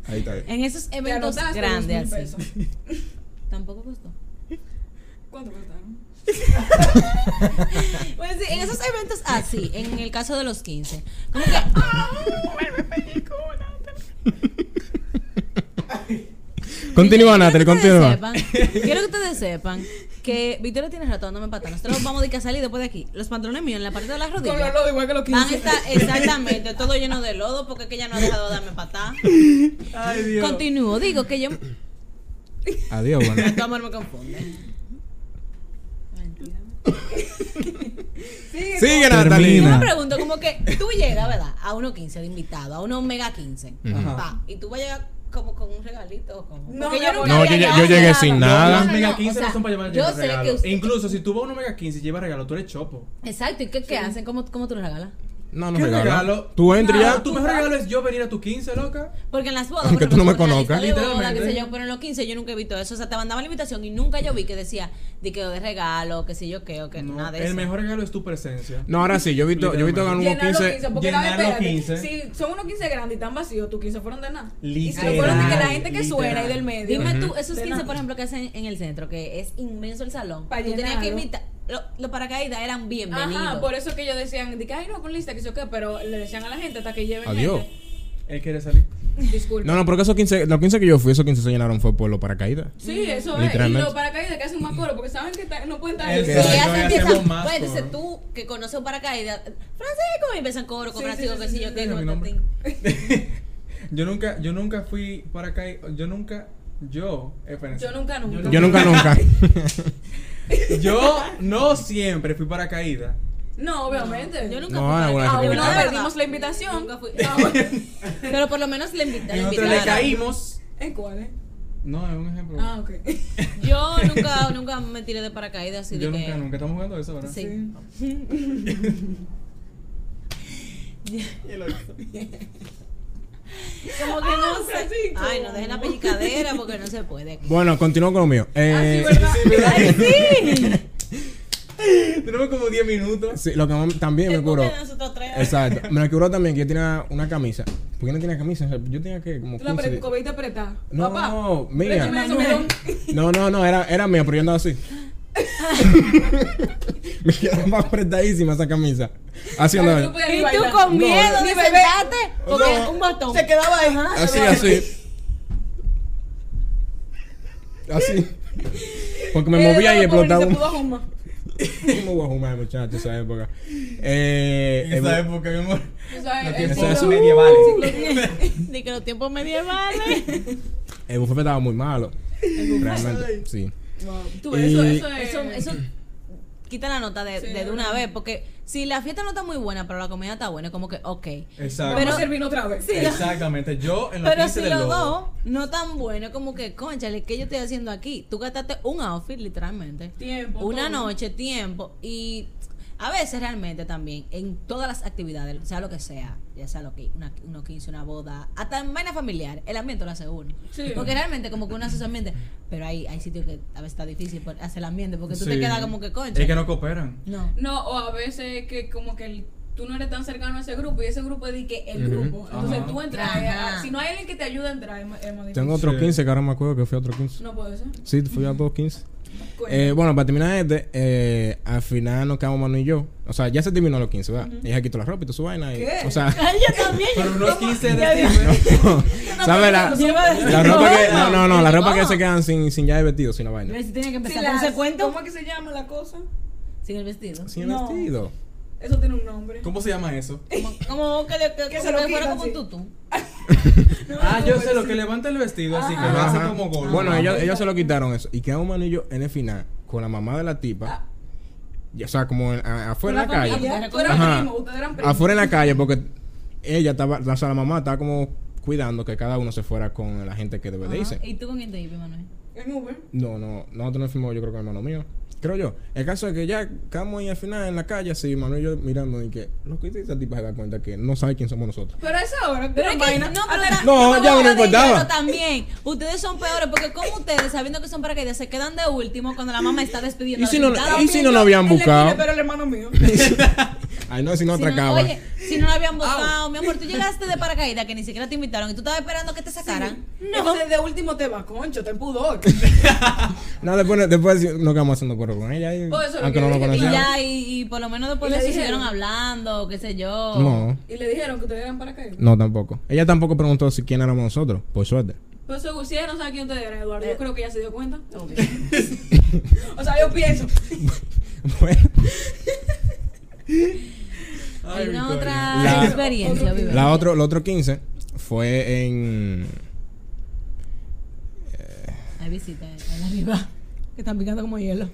Speaker 2: Ahí
Speaker 1: [laughs]
Speaker 2: está. bien.
Speaker 1: en esos
Speaker 3: Te
Speaker 1: eventos
Speaker 3: anotaste
Speaker 1: grandes,
Speaker 3: 2.000
Speaker 1: así,
Speaker 3: pesos.
Speaker 1: [laughs] tampoco [laughs] costó.
Speaker 3: ¿Cuánto costaron?
Speaker 1: Pues sí, en esos eventos así, en el caso de los 15, como que. [laughs]
Speaker 2: Continúa,
Speaker 1: Quiero que ustedes
Speaker 2: Natalie, continúa.
Speaker 1: sepan- Quiero que ustedes sepan que Victoria tiene rato dándome patas. Nosotros vamos de que a salir después de aquí. Los pantalones míos en la parte de las
Speaker 3: Con
Speaker 1: rodillas.
Speaker 3: los lodos igual que los
Speaker 1: Van a
Speaker 3: 15.
Speaker 1: estar exactamente todo lleno de lodo porque es que ella no ha dejado de darme patada.
Speaker 4: Ay, Dios.
Speaker 1: Continúo, digo que yo.
Speaker 2: [coughs] Adiós, bueno.
Speaker 1: [laughs] Tu amor me confunde.
Speaker 3: Sí,
Speaker 2: Sigue,
Speaker 1: Yo me
Speaker 2: Natalie.
Speaker 1: pregunto, como que tú llegas, ¿verdad? A 1.15 de invitado, a uno mega 15.
Speaker 4: Ajá.
Speaker 1: Pa, y tú vas a llegar como con un regalito. o como-
Speaker 3: No,
Speaker 1: porque
Speaker 3: mi
Speaker 1: yo
Speaker 3: amor,
Speaker 1: nunca
Speaker 2: No,
Speaker 1: había
Speaker 2: yo, yo-
Speaker 1: llegado
Speaker 2: yo
Speaker 1: a
Speaker 2: llegué
Speaker 1: nada.
Speaker 2: sin
Speaker 4: Los
Speaker 2: nada.
Speaker 4: mega
Speaker 1: no,
Speaker 4: 15
Speaker 1: o sea,
Speaker 4: no son para llevar
Speaker 1: yo
Speaker 4: llevar
Speaker 1: sé que
Speaker 4: regalo.
Speaker 1: usted-
Speaker 4: Incluso si tú vas a un mega 15 y llevas regalo, tú eres chopo.
Speaker 1: Exacto, ¿y qué, qué hacen? ¿Cómo, ¿Cómo tú lo regalas?
Speaker 2: No, no
Speaker 4: ¿Qué
Speaker 2: regalo.
Speaker 4: regalo?
Speaker 2: Tú entras y ya.
Speaker 4: tu mejor regalo es yo venir a tu 15, loca.
Speaker 1: Porque en las bodas.
Speaker 2: Aunque
Speaker 1: por
Speaker 2: tú no me
Speaker 1: ejemplo, en la
Speaker 2: conozcas.
Speaker 1: lista de boda,
Speaker 4: Literalmente.
Speaker 1: qué sé yo, pero en los 15 yo nunca he visto eso. O sea, te mandaban la invitación y nunca yo vi que decía de que de regalo, que sé yo qué, o que
Speaker 4: No,
Speaker 1: nada de
Speaker 4: el
Speaker 1: eso.
Speaker 4: mejor regalo es tu presencia.
Speaker 2: No, ahora sí, yo he visto, yo he visto que en unos
Speaker 3: Llenar los
Speaker 2: 15.
Speaker 3: 15, porque la
Speaker 4: llenar los
Speaker 3: espérate,
Speaker 4: 15.
Speaker 3: Si son unos 15 grandes y tan vacíos, tus 15 fueron de nada. y
Speaker 4: Literal,
Speaker 3: se fueron de que la gente que
Speaker 4: literal.
Speaker 3: suena y del medio.
Speaker 1: Dime tú, esos
Speaker 3: De
Speaker 1: 15,
Speaker 3: nada.
Speaker 1: por ejemplo, que hacen en el centro, que es inmenso el salón.
Speaker 3: Pa'
Speaker 1: tú tenías que
Speaker 3: llenarlo.
Speaker 1: invitar. lo- Los paracaídas eran bienvenidos.
Speaker 3: Ajá, por eso que ellos decían, de que, ay, no, con lista, que sé yo qué, pero le decían a la gente hasta que lleven
Speaker 2: Adiós.
Speaker 4: Él quiere salir.
Speaker 3: gente. Disculpa.
Speaker 2: No, no, porque esos 15, los 15 que yo fui, esos 15 se llenaron fue por los paracaídas.
Speaker 3: Sí, eso es. Y
Speaker 2: Literalmente.
Speaker 3: los paracaídas que hacen más coro porque saben que ta- no pueden estar
Speaker 4: Exacto.
Speaker 1: Y
Speaker 4: Ay,
Speaker 1: ellas
Speaker 4: no, ya
Speaker 1: empiezan-
Speaker 4: hacemos más
Speaker 1: pues,
Speaker 4: coro.
Speaker 1: entonces tú que conoces un paracaídas, Francisco, y empiezan coro con
Speaker 3: Sí, sí,
Speaker 1: Francisco,
Speaker 3: sí,
Speaker 1: que
Speaker 3: sí,
Speaker 1: sí, yo
Speaker 3: sí,
Speaker 1: qué,
Speaker 4: sí, mi
Speaker 1: con
Speaker 4: nombre.
Speaker 1: Tatín.
Speaker 4: Yo nunca, yo nunca fui para acá. Yo nunca, yo, eh, espérense.
Speaker 3: Yo nunca, nunca.
Speaker 2: Yo nunca, nunca.
Speaker 4: [laughs]
Speaker 2: [laughs]
Speaker 4: Yo no siempre fui paracaída.
Speaker 3: No, obviamente.
Speaker 1: Yo nunca
Speaker 2: No,
Speaker 1: fui
Speaker 2: alguna
Speaker 1: paracaídas.
Speaker 2: vez
Speaker 3: Aún
Speaker 2: fui
Speaker 3: no
Speaker 2: Ah,
Speaker 3: perdimos la invitación.
Speaker 1: Nunca fui.
Speaker 3: Ah, bueno. [laughs]
Speaker 1: Pero por lo menos le invita-
Speaker 4: Y
Speaker 1: le
Speaker 4: nosotros
Speaker 1: invitaron.
Speaker 4: le caímos.
Speaker 3: ¿En cuál, eh?
Speaker 4: No, es un ejemplo.
Speaker 3: Ah, ok.
Speaker 1: Yo nunca, nunca me tiré de paracaídas así de
Speaker 4: yo nunca,
Speaker 1: que.
Speaker 4: nunca estamos jugando eso, ¿verdad?
Speaker 1: Sí. Como que no sé.
Speaker 3: Francisco.
Speaker 1: Ay, no dejen la pellicadera porque no se puede aquí.
Speaker 2: Bueno, continúo con lo mío. Eh,
Speaker 3: Ah,
Speaker 2: [laughs]
Speaker 1: Ay, sí.
Speaker 4: [laughs] Tenemos como 10 minutos.
Speaker 2: sí, lo que más- también me
Speaker 1: Es porque
Speaker 2: curó.
Speaker 1: nosotros tres.
Speaker 2: Exacto. Me la curó también que yo tenía una camisa. ¿Por qué no tenía camisa? O sea, Yo tenía que como
Speaker 3: Tú la
Speaker 2: 15 de-
Speaker 3: pre- cobijita apretada.
Speaker 2: No,
Speaker 3: Papá.
Speaker 2: no,
Speaker 3: préstame
Speaker 2: mía.
Speaker 3: eso, melón.
Speaker 2: No, no, no, era, era mía, pero yo andaba
Speaker 3: [laughs]
Speaker 2: así. [laughs] me quedaba apretadísima esa camisa. Así
Speaker 3: Ay,
Speaker 2: andaba.
Speaker 3: tú
Speaker 2: yo.
Speaker 3: puedes
Speaker 1: Y tú
Speaker 3: bailar.
Speaker 1: con
Speaker 2: No,
Speaker 1: miedo
Speaker 3: no.
Speaker 1: de
Speaker 3: Ni bebé.
Speaker 1: sentarte porque
Speaker 2: No.
Speaker 1: un [laughs] botón.
Speaker 3: Se quedaba ahí.
Speaker 2: Así, así. Así. Porque me
Speaker 3: Él
Speaker 2: movía
Speaker 3: era
Speaker 2: y
Speaker 3: pobre, ni
Speaker 2: explotaba.
Speaker 3: se
Speaker 2: un-
Speaker 3: pudo arrumar.
Speaker 2: [laughs] ¿Cómo voy a fumar, muchachos, esa época? Eh,
Speaker 4: En
Speaker 2: eh,
Speaker 4: esa época, mi amor.
Speaker 3: Tú sabes,
Speaker 4: Los
Speaker 3: el
Speaker 1: uh,
Speaker 4: tiempos
Speaker 2: eso es
Speaker 3: siglo-
Speaker 4: medievales.
Speaker 1: De que los tiempos medievales.
Speaker 2: el buffet estaba muy malo. Realmente, sí.
Speaker 1: Tú ves, eso,
Speaker 2: Y-
Speaker 1: eso, es- eso, eso quita la nota de, de, de una vez, porque si la fiesta no está muy buena, pero la comida está buena, es como que, ok.
Speaker 4: Exacto.
Speaker 6: Vamos a servir otra vez.
Speaker 4: Exactamente. Yo en la
Speaker 1: Pero
Speaker 4: fiesta
Speaker 1: si
Speaker 4: del
Speaker 1: los
Speaker 4: lodo.
Speaker 1: dos no tan buenos, como que, conchale, ¿qué yo estoy haciendo aquí? Tú gastaste un outfit, literalmente.
Speaker 6: Tiempo,
Speaker 1: Una
Speaker 6: todo.
Speaker 1: noche, tiempo. Y a veces realmente también, en todas las actividades, sea lo que sea, ya sea lo que, una, unos 15, una boda, hasta en vaina familiar, el ambiente lo hace uno.
Speaker 6: Sí.
Speaker 1: Porque realmente como que uno hace su ambiente, pero hay, hay sitios que a veces está difícil por- hacer el ambiente, porque tú te
Speaker 4: Sí.
Speaker 1: quedas como que, concha.
Speaker 4: Es que
Speaker 1: [laughs]
Speaker 4: no cooperan.
Speaker 1: No.
Speaker 6: No, o a veces que como que el- tú no eres tan cercano a ese grupo y ese grupo es de que el
Speaker 2: Ujú.
Speaker 6: grupo. Entonces
Speaker 4: Ajá.
Speaker 6: tú entras.
Speaker 1: Ajá.
Speaker 6: eh, si no hay alguien que te ayude a entrar, es, ma- es más difícil.
Speaker 2: Tengo otro
Speaker 4: Sí.
Speaker 2: 15, que ahora me acuerdo que fui a otro 15.
Speaker 6: No puede ser.
Speaker 2: Sí, fui a dos 15.
Speaker 6: Cuenta.
Speaker 2: Eh, bueno, para terminar este, eh, al final nos quedamos Manu y yo. O sea, ya se terminó los 15, ¿verdad? Ella quitó la ropa y toda su vaina. Y,
Speaker 6: ¿Qué?
Speaker 2: O sea,
Speaker 4: Pero unos 15 de diciembre.
Speaker 2: ¿sabes? La, la ropa que. No, no, no, la ropa que se quedan sin, sin ya de vestido, sin la vaina.
Speaker 1: Si tiene que
Speaker 6: Si
Speaker 1: empezar
Speaker 6: las-
Speaker 1: con ese cuento.
Speaker 6: ¿Cómo es que se llama la cosa?
Speaker 1: Sin el vestido.
Speaker 2: Sin
Speaker 6: No.
Speaker 2: vestido.
Speaker 6: Eso tiene un nombre.
Speaker 4: ¿Cómo se llama eso?
Speaker 1: Como, como que, le- que,
Speaker 6: Que se
Speaker 1: como
Speaker 6: lo
Speaker 1: que fuera
Speaker 6: quitan,
Speaker 1: como un
Speaker 6: sí.
Speaker 1: tutú.
Speaker 4: Ah, yo sé lo que levanta el vestido, así que lo hace
Speaker 2: Ajá.
Speaker 4: como gol.
Speaker 2: Bueno, ellos, ellos se lo quitaron eso. Y quedamos Manu y yo en el final con la mamá de la tipa. Y, o sea, como en- a- afuera en la calle.
Speaker 6: Ya, Tú eras
Speaker 2: Ajá.
Speaker 6: primo, ustedes eran primos.
Speaker 2: Afuera en la calle, porque ella estaba, o sea, la mamá estaba como cuidando que cada uno se fuera con la gente que debe de irse.
Speaker 1: Ajá. ¿Y tú con quién te ibas, Manuel?
Speaker 6: En Uber.
Speaker 2: No, no, nosotros no fuimos, yo creo que hermano mío. Creo yo. El caso es que ya estamos ahí al final en la calle, así, Manuel y yo mirando, y que lo que hizo esa tipa se da cuenta que no sabe quién somos nosotros.
Speaker 6: [laughs] Pero a esa hora,
Speaker 1: Pero es que,
Speaker 6: vaina.
Speaker 1: no,
Speaker 6: Ah,
Speaker 1: pero la-
Speaker 2: No,
Speaker 1: la
Speaker 2: ya no me
Speaker 1: boda de
Speaker 2: importaba.
Speaker 1: hierro También, ustedes son peores porque como ustedes, sabiendo que son paracaidistas, se quedan de último cuando la mamá está despidiendo. a
Speaker 2: ¿Y si
Speaker 1: los
Speaker 2: no-
Speaker 1: invitados?
Speaker 2: y si no nos habían
Speaker 6: en la esquina,
Speaker 2: buscado?
Speaker 6: Pero el hermano mío.
Speaker 2: Ay, no, si no
Speaker 1: Si no-
Speaker 2: atracaba.
Speaker 1: oye, si no la habían votado, mi amor, tú llegaste de paracaídas que ni siquiera te invitaron y tú estabas esperando que te sacaran.
Speaker 6: Entonces de último te va, concho, ten pudor.
Speaker 2: No, después, después nos quedamos haciendo coro con ella. y-
Speaker 6: Por eso lo
Speaker 2: aunque
Speaker 6: que
Speaker 2: no
Speaker 6: yo
Speaker 2: lo
Speaker 6: dije,
Speaker 1: Y
Speaker 2: conocemos.
Speaker 1: ya, y, y por lo menos después
Speaker 6: Y le
Speaker 1: le
Speaker 6: dijeron.
Speaker 1: siguieron hablando, qué sé yo.
Speaker 2: No,
Speaker 6: y le dijeron que ustedes eran paracaídas.
Speaker 2: no tampoco. Ella tampoco preguntó si quién éramos nosotros, por suerte. [laughs]
Speaker 6: Pero eso, si ella no sabe quién ustedes eran, Eduardo,
Speaker 1: Eh.
Speaker 6: yo creo que ella se dio cuenta. o sea, yo pienso.
Speaker 2: Bueno,
Speaker 4: Ay,
Speaker 1: Alguna
Speaker 4: Victoria.
Speaker 6: Ah,
Speaker 1: otra
Speaker 2: La-
Speaker 1: experiencia, vive.
Speaker 2: la otro, lo otro 15 fue en.
Speaker 1: Hay visita en arriba. Que están picando como hielo.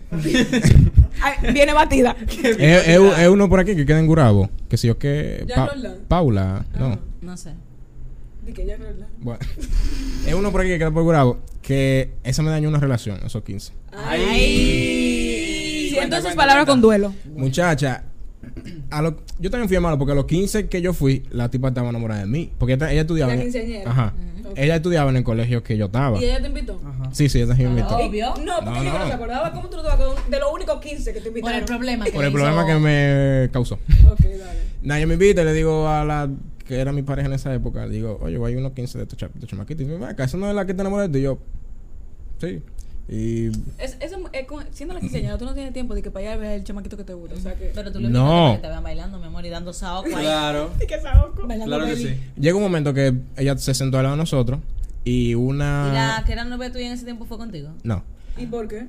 Speaker 6: Ay, viene batida.
Speaker 2: Es, es- es uno por aquí que queda en Gurabo. Que si yo que.
Speaker 6: Ya Ah.
Speaker 2: Pa-
Speaker 6: no la-
Speaker 2: Paula, no.
Speaker 1: No sé.
Speaker 6: Di que ya no es la-
Speaker 2: Bueno, [laughs] es uno por aquí que queda por Gurabo. Que esa me dañó una relación, esos 15.
Speaker 4: Ay.
Speaker 6: Siento sus palabras con duelo.
Speaker 2: Muchacha, a lo- yo también fui malo porque a los 15 que yo fui, la tipa estaba enamorada de mí. Porque ella, ella estudiaba.
Speaker 6: La
Speaker 2: en-
Speaker 6: quinceañera. Mm.
Speaker 2: Ajá. Ella estudiaba en el colegio que yo estaba.
Speaker 6: ¿Y ella Ah, te invitó?
Speaker 4: Ajá.
Speaker 2: Sí, sí, esa sí me invitó.
Speaker 1: Obvio.
Speaker 6: No, porque
Speaker 2: No,
Speaker 6: yo no
Speaker 2: no.
Speaker 6: se acordaba. ¿Cómo tú no te acuerdas de los únicos 15 que te
Speaker 1: Por
Speaker 6: invitaron?
Speaker 1: el problema que
Speaker 2: Por el
Speaker 1: le hizo-
Speaker 2: problema que me causó.
Speaker 6: Ok, dale.
Speaker 2: Nadie me invita y le digo a la que era mi pareja en esa época, le digo, oye, hay unos 15 de estos cha- de chamaquitos. Y me dice, "Vaca, ¿esa no es la que te enamoraste? Y yo, sí. Y
Speaker 6: Es, eso es con- siendo la quinceañera, tú no tienes tiempo de que para allá veas el chamaquito que te gusta. O sea que.
Speaker 1: Pero tú lo
Speaker 2: No.
Speaker 1: invitaste para que te vean bailando, mi amor, y dando saoco ahí.
Speaker 4: Claro,
Speaker 6: Y que saoco.
Speaker 4: claro que sí.
Speaker 2: llega un momento que ella se sentó al lado de nosotros y
Speaker 1: Y la
Speaker 2: una...
Speaker 1: que era novia tuya en ese tiempo fue contigo.
Speaker 2: No,
Speaker 6: ¿Y por qué?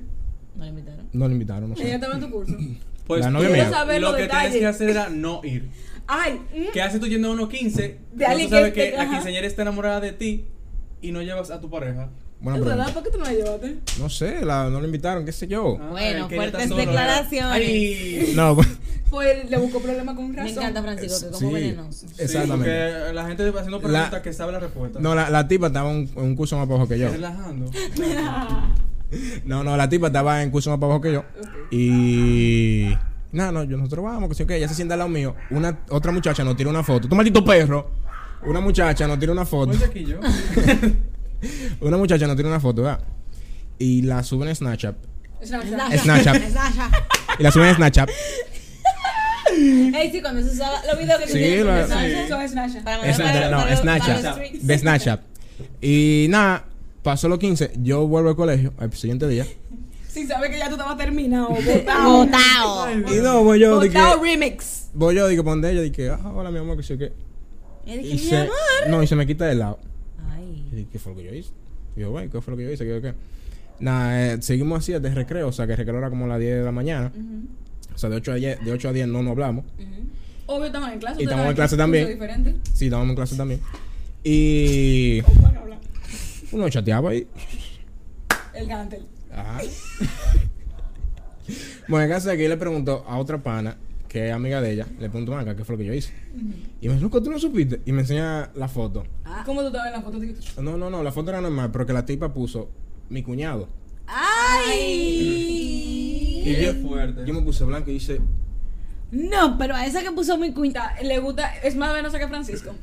Speaker 1: No la invitaron.
Speaker 2: no la invitaron, no
Speaker 6: Ella
Speaker 2: sé.
Speaker 6: estaba en tu curso.
Speaker 4: Pues
Speaker 2: La novia
Speaker 4: tú
Speaker 2: mía.
Speaker 4: lo
Speaker 6: saber los
Speaker 4: que tienes
Speaker 6: detalles.
Speaker 4: que hacer era no ir.
Speaker 6: Ay, mm,
Speaker 4: ¿Qué haces tú yendo a unos 15?
Speaker 6: De
Speaker 4: cuando
Speaker 6: alguien
Speaker 4: tú sabes
Speaker 6: que
Speaker 4: que
Speaker 6: te-
Speaker 4: la
Speaker 6: ajá.
Speaker 4: quinceañera está enamorada de ti y no llevas a tu pareja.
Speaker 2: Buena
Speaker 6: ¿es verdad?
Speaker 2: pregunta.
Speaker 6: ¿Por qué tú no la llevaste?
Speaker 2: No sé, la, no la invitaron, qué sé yo.
Speaker 4: Ah,
Speaker 1: Bueno,
Speaker 4: que ella está
Speaker 1: fuertes
Speaker 4: sola.
Speaker 1: declaraciones.
Speaker 4: Ay.
Speaker 2: No, pues...
Speaker 6: Pues le buscó problema con razón.
Speaker 1: Me encanta Francisco, que como
Speaker 2: sí,
Speaker 1: venenoso.
Speaker 2: Exactamente.
Speaker 4: Sí, porque la gente va haciendo preguntas
Speaker 2: La-
Speaker 4: que sabe la respuesta.
Speaker 2: No, la, la tipa estaba en un, en un curso más bajo que yo.
Speaker 4: Relajando.
Speaker 2: No, no, la tipa estaba en curso más para abajo que yo. Y. Nada, no, yo, nosotros vamos, que sí, ok, ella se sienta al lado mío. Una, otra muchacha nos tira una foto. ¡Tú maldito perro! Una muchacha nos tira una foto.
Speaker 4: Oye, aquí yo.
Speaker 2: Una muchacha nos tira una foto, ¿verdad? Y la suben en Snapchat.
Speaker 6: Es una-
Speaker 2: Snapchat. Y la suben
Speaker 1: [laughs]
Speaker 2: en Snapchat.
Speaker 1: Ey, sí, cuando se usaba los videos que tú
Speaker 2: Sí,
Speaker 1: tienes
Speaker 2: lo-
Speaker 1: de
Speaker 2: sí.
Speaker 1: Snapchat.
Speaker 6: Eso es Nasha.
Speaker 1: Para mandar
Speaker 2: Es-
Speaker 1: para-
Speaker 2: de- no,
Speaker 1: para- para los
Speaker 2: Snapchat.
Speaker 1: streets.
Speaker 2: De Snapchat. Y nada, pasó los 15. Yo vuelvo al colegio al siguiente día.
Speaker 6: Si sabe que ya tú estabas terminado, botado.
Speaker 1: Botao.
Speaker 2: Y no, voy yo. Dije,
Speaker 6: Botado remix.
Speaker 2: voy yo, dije, pon de ella. Dije, ah, hola, mi amor, que sí, que.
Speaker 1: Y dije,
Speaker 2: Y
Speaker 1: mi
Speaker 2: se,
Speaker 1: amor.
Speaker 2: no, y se me quita del lado.
Speaker 1: Ay.
Speaker 2: Y dije, ¿qué fue lo que yo hice? Y yo, bueno, ¿qué fue lo que yo hice? ¿Qué, qué? Nada, eh, seguimos así desde recreo, o sea, que recreo era como a las 10 de la mañana. O sea, de 8 a 10, de 8 a 10 no nos hablamos.
Speaker 6: Obvio, estamos en clase.
Speaker 2: Y estamos en
Speaker 6: ustedes saben
Speaker 2: clase
Speaker 6: que es un
Speaker 2: también.
Speaker 6: curso diferente.
Speaker 2: Sí, estábamos en clase también. Y
Speaker 6: Oh, bueno, habla.
Speaker 2: Uno chateaba y.
Speaker 3: El gantel.
Speaker 2: Ajá. bueno, en casa de aquí le preguntó a otra pana, que es amiga de ella, le preguntó, acá, ¿qué fue lo que yo hice? Y me dice, loco, tú no supiste. Y me enseña la foto.
Speaker 3: ¿Cómo tú estabas en la foto? Digo,
Speaker 2: No, no, no, la foto era normal, pero que la tipa puso mi cuñado.
Speaker 6: ¡Ay!
Speaker 2: Y yo,
Speaker 4: Qué fuerte.
Speaker 2: yo me puse blanco y hice,
Speaker 6: No, pero a esa que puso mi cuenta.
Speaker 3: "Está- Le gusta, es más venosa que Francisco.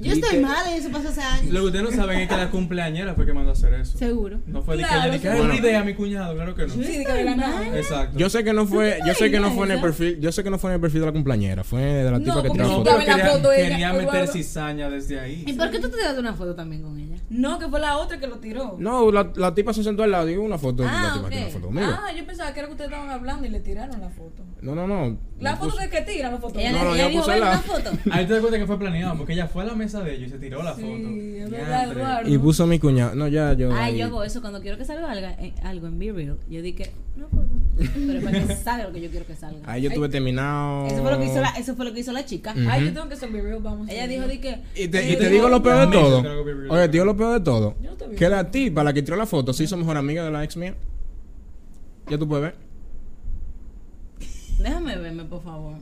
Speaker 1: Yo estoy mal y eso pasó hace años.
Speaker 4: Lo que ustedes no saben es que la cumpleañera fue que mandó a hacer eso.
Speaker 1: Seguro.
Speaker 4: No fue de que
Speaker 3: Claro,
Speaker 4: ella dije,
Speaker 3: sí.
Speaker 4: "Ay, una
Speaker 2: Bueno.
Speaker 4: idea mi cuñado, claro que no.
Speaker 3: Sí, de que de la nada.
Speaker 4: Exacto.
Speaker 2: Yo sé que no fue, yo sé que no fue en el perfil, yo sé que no fue en el perfil de la cumpleañera, fue de la tipa que
Speaker 3: porque
Speaker 2: tiró la
Speaker 4: no,
Speaker 3: yo
Speaker 2: foto.
Speaker 4: pero
Speaker 3: estaba en la
Speaker 4: quería,
Speaker 3: foto ella,
Speaker 4: quería
Speaker 3: pero
Speaker 4: meter
Speaker 3: bueno.
Speaker 4: cizaña desde
Speaker 1: ¿Y
Speaker 4: ahí.
Speaker 1: por qué tú te das una foto también con ella?
Speaker 3: No, que fue la otra que lo tiró.
Speaker 2: No, la, la tipa se sentó al lado y una foto,
Speaker 1: Ah,
Speaker 2: la tipa
Speaker 1: ok.
Speaker 2: tiene una foto conmigo.
Speaker 3: Ah, yo pensaba que era que ustedes estaban hablando y le tiraron la foto.
Speaker 2: No, no, no.
Speaker 3: La
Speaker 2: me
Speaker 3: foto
Speaker 2: puse-
Speaker 3: de que tiran la foto.
Speaker 1: Ella,
Speaker 2: No, no,
Speaker 1: ella
Speaker 2: yo
Speaker 1: dijo,
Speaker 2: puse
Speaker 1: ven
Speaker 2: la-
Speaker 1: una foto.
Speaker 4: Ahí te das cuenta que fue planeado, porque ella fue a la mesa de ellos y se tiró la
Speaker 3: Sí,
Speaker 4: foto.
Speaker 3: es
Speaker 4: Diantre.
Speaker 3: verdad, Eduardo.
Speaker 2: Y puso mi cuñado. No, ya yo.
Speaker 1: Ay,
Speaker 2: ahí-
Speaker 1: yo hago eso cuando quiero que salga algo, eh, algo en Be Real. Yo dije, no puedo. [laughs] Pero para que salga lo que yo quiero que salga.
Speaker 2: Ahí yo tuve terminado.
Speaker 1: Eso fue lo que hizo la, eso fue lo que hizo la chica.
Speaker 2: Mm.
Speaker 3: Ay, yo tengo que sobrevivir, vamos.
Speaker 1: Ella dijo, di que
Speaker 2: Y te, y te
Speaker 4: Yo tengo-
Speaker 2: digo lo peor de
Speaker 4: Mira,
Speaker 2: todo.
Speaker 4: tengo que vivir
Speaker 2: Oye,
Speaker 4: la-
Speaker 2: te digo lo peor de todo.
Speaker 3: Yo no te vi.
Speaker 2: Que la tipa, la que tiró la foto, se hizo mejor amiga de la ex mía. Ya tú puedes ver.
Speaker 1: déjame verme, por favor.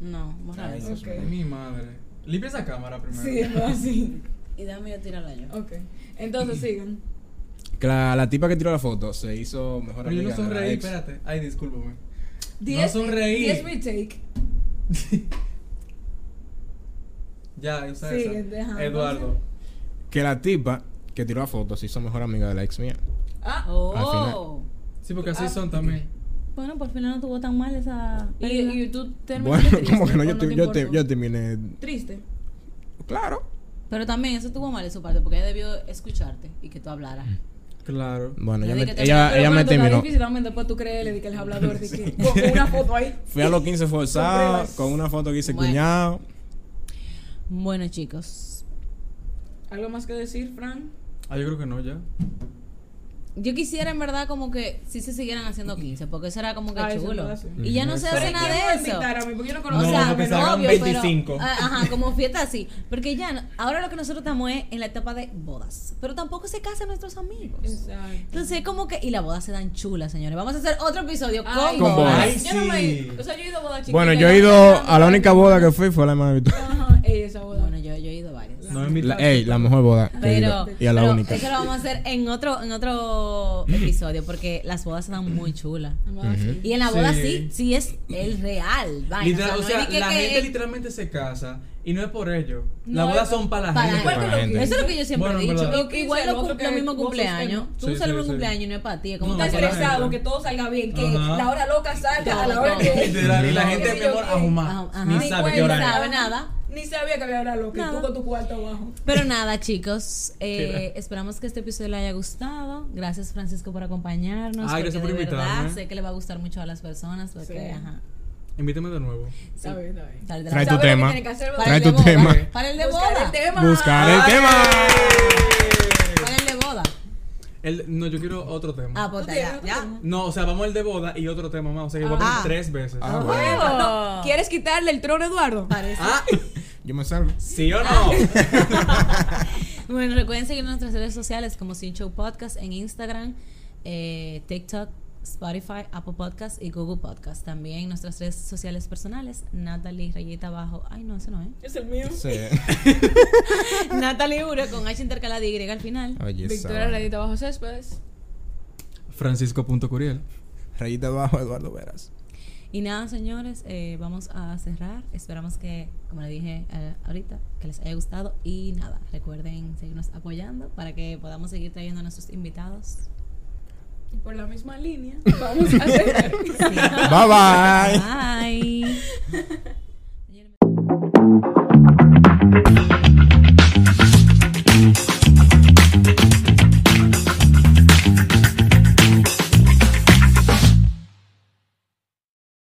Speaker 1: No, borra
Speaker 2: Ay,
Speaker 1: eso.
Speaker 2: Dios
Speaker 3: Ok.
Speaker 2: mío.
Speaker 4: Ay, Mi madre. Limpia esa cámara primero.
Speaker 3: Eh, Sí, es así.
Speaker 1: Y déjame yo tirarla yo.
Speaker 3: Ok. Entonces sigan.
Speaker 2: Que la, la tipa que tiró la foto se hizo mejor
Speaker 4: Pero yo
Speaker 2: amiga
Speaker 4: no
Speaker 2: de la
Speaker 4: sonreí,
Speaker 2: ex.
Speaker 4: espérate. Ay, discúlpame.
Speaker 3: Diez-
Speaker 4: sonreí.
Speaker 3: diez retake.
Speaker 4: [laughs] Ya, usa
Speaker 3: Sí,
Speaker 4: esa.
Speaker 3: deja,
Speaker 4: Eduardo.
Speaker 2: Que la tipa que tiró la foto se hizo mejor amiga de la ex mía.
Speaker 3: Ah,
Speaker 1: Oh.
Speaker 4: Sí, porque así son también.
Speaker 1: Bueno, por fin no tuvo tan mal esa.
Speaker 6: Y, y tú terminaste
Speaker 2: Bueno,
Speaker 6: triste,
Speaker 2: [laughs] como que no,
Speaker 6: ¿o
Speaker 2: yo,
Speaker 6: no
Speaker 2: te-
Speaker 6: te
Speaker 2: yo, te-
Speaker 6: importó?
Speaker 2: yo terminé.
Speaker 3: triste.
Speaker 2: Claro.
Speaker 1: Pero también eso estuvo mal de su parte, porque ella debió escucharte y que tú hablaras.
Speaker 4: Claro.
Speaker 2: Bueno,
Speaker 1: Yo
Speaker 2: ella
Speaker 1: dije
Speaker 2: me,
Speaker 1: que
Speaker 2: ella,
Speaker 3: Pero
Speaker 2: Ah, ella me
Speaker 3: cuando está
Speaker 2: terminó.
Speaker 3: difícil, vamos a después tú creerle de que el hablador de que [laughs]
Speaker 2: [laughs]
Speaker 3: con una foto ahí.
Speaker 2: Fui a los 15 forzado
Speaker 3: pruebas.
Speaker 2: con una foto que hice
Speaker 1: Bueno.
Speaker 2: cuñado.
Speaker 1: Bueno, chicos.
Speaker 3: ¿Algo más que decir, Fran?
Speaker 4: Ah, yo creo que no, ya.
Speaker 1: Yo quisiera en verdad como que si se siguieran haciendo 15, porque eso era como que
Speaker 3: Ah, eso
Speaker 1: chulo.
Speaker 3: es verdad,
Speaker 1: Y ya no se hace
Speaker 4: Pero
Speaker 1: nada
Speaker 3: ¿Quién
Speaker 1: de
Speaker 3: me
Speaker 1: eso.
Speaker 3: va a invitar a mí? Porque yo no
Speaker 1: O
Speaker 3: conozco
Speaker 4: No,
Speaker 1: sea,
Speaker 4: porque
Speaker 1: no,
Speaker 4: salgan
Speaker 1: obvio,
Speaker 4: 25.
Speaker 1: Pero, ah, ajá, como fiesta así. Porque ya, no- ahora lo que nosotros estamos es en la etapa de bodas. Pero tampoco se casan nuestros amigos.
Speaker 3: Exacto.
Speaker 1: Entonces, como que. Y las bodas se dan chulas, señores. Vamos a hacer otro episodio
Speaker 3: Ay,
Speaker 1: con
Speaker 2: Con bodas.
Speaker 1: bodas.
Speaker 4: Ay,
Speaker 3: Yo no me he ido.
Speaker 4: Pues, sí.
Speaker 3: O sea, yo he ido a bodas chiquitas.
Speaker 2: Bueno, yo he ido a la única boda que fui fue la de Victoria.
Speaker 3: Ajá, ey, esa boda.
Speaker 1: Bueno, yo, yo he ido a varias.
Speaker 4: No me
Speaker 2: La,
Speaker 4: invitaste.
Speaker 2: ey, la mejor boda. que he
Speaker 1: Pero,
Speaker 2: ido, y a la
Speaker 1: pero
Speaker 2: única.
Speaker 1: eso lo vamos a hacer en otro, en otro
Speaker 4: Mm.
Speaker 1: episodio, porque las bodas se dan muy chulas.
Speaker 3: Amada, sí.
Speaker 1: Y en la boda
Speaker 4: Sí.
Speaker 1: sí, sí, es el real. Vaya,
Speaker 4: Literal, o sea,
Speaker 1: es que-
Speaker 4: la
Speaker 1: que-
Speaker 4: gente literalmente se casa y no es por ello.
Speaker 3: No,
Speaker 4: Las bodas
Speaker 3: es-
Speaker 4: son para la
Speaker 1: para
Speaker 4: gente. pues.
Speaker 1: la
Speaker 2: gente.
Speaker 3: gente.
Speaker 1: Eso es lo que yo siempre
Speaker 4: Bueno,
Speaker 1: he dicho.
Speaker 4: verdad.
Speaker 1: Lo- Igual lo,
Speaker 3: Quince, lo otro
Speaker 1: cum- lo
Speaker 3: que
Speaker 1: mismo
Speaker 3: vos
Speaker 1: cumpleaños.
Speaker 3: sostenes.
Speaker 1: Tú
Speaker 4: Sí, sí,
Speaker 1: celebras
Speaker 4: sí.
Speaker 1: un cumpleaños y no es para ti. Es como
Speaker 4: No,
Speaker 1: que
Speaker 3: Está
Speaker 4: para la
Speaker 1: celebras-
Speaker 3: estresado,
Speaker 4: gente.
Speaker 3: que todo salga bien, que
Speaker 4: Ajá.
Speaker 3: la hora loca salga a la
Speaker 1: Todo.
Speaker 3: hora que.
Speaker 4: [laughs] Literal, y la
Speaker 1: No.
Speaker 4: gente, mi amor,
Speaker 3: Ajá.
Speaker 4: ajumá. Ni
Speaker 1: Ajá.
Speaker 4: sabe
Speaker 3: Ni
Speaker 4: qué hora
Speaker 1: No
Speaker 4: es.
Speaker 1: sabe nada.
Speaker 3: Ni sabía que había hora loca. Y
Speaker 1: Nada.
Speaker 3: tú con tu cuarto abajo.
Speaker 1: Pero nada, chicos. eh, esperamos que este episodio le haya gustado. Gracias, Francisco, por acompañarnos. porque
Speaker 4: Ay, gracias por
Speaker 1: de verdad
Speaker 4: invitarme.
Speaker 1: sé que le va a gustar mucho a las personas. Porque,
Speaker 3: Sí.
Speaker 1: ajá.
Speaker 4: Invítame de nuevo.
Speaker 3: Está bien, está bien.
Speaker 1: Sal de la-
Speaker 2: Trae tu
Speaker 3: ¿Sabes lo que
Speaker 2: tema.
Speaker 3: tiene que hacer,
Speaker 1: Para el
Speaker 2: Trae
Speaker 1: de
Speaker 2: tu
Speaker 1: boda.
Speaker 2: tema.
Speaker 1: Para el de
Speaker 3: Buscar
Speaker 1: boda.
Speaker 3: el tema.
Speaker 2: Buscar el
Speaker 4: [laughs]
Speaker 2: tema.
Speaker 1: Para el de boda.
Speaker 4: El- no, yo quiero otro tema.
Speaker 1: Ah, pues
Speaker 3: Tú
Speaker 1: ya,
Speaker 3: tienes otro
Speaker 1: ya.
Speaker 3: tema.
Speaker 4: No, o sea, vamos al de boda y otro tema más. O sea, que voy a
Speaker 1: Ah.
Speaker 4: poner tres veces.
Speaker 2: Ah, bueno.
Speaker 3: No, ¿Quieres quitarle el trono a Eduardo?
Speaker 1: Parece.
Speaker 4: Ah,
Speaker 2: Yo me salvo.
Speaker 4: ¿Sí o no?
Speaker 1: Ah.
Speaker 4: [laughs]
Speaker 1: [laughs] Bueno, recuerden seguir nuestras redes sociales como Sin Show Podcast en Instagram, eh, TikTok, Spotify, Apple Podcast y Google Podcast. También nuestras redes sociales personales, Natalie Rayita Abajo. Ay, no, eso no es. [laughs]
Speaker 3: Es el mío.
Speaker 2: Sí.
Speaker 1: Natalie Uro con H intercalada y Y al final.
Speaker 2: Oye, esa
Speaker 3: Victoria
Speaker 2: vaina.
Speaker 3: Radita Bajo Céspedes.
Speaker 4: Francisco.curiel.
Speaker 2: Rayita abajo, Eduardo Veras.
Speaker 1: Y nada, señores, eh, vamos a cerrar. Esperamos que, como le dije eh, ahorita, que les haya gustado. Y nada, recuerden seguirnos apoyando para que podamos seguir trayendo a nuestros invitados.
Speaker 3: Y por la
Speaker 6: [laughs]
Speaker 1: [laughs]
Speaker 3: misma línea, vamos a hacer.
Speaker 2: Bye bye.
Speaker 1: Bye.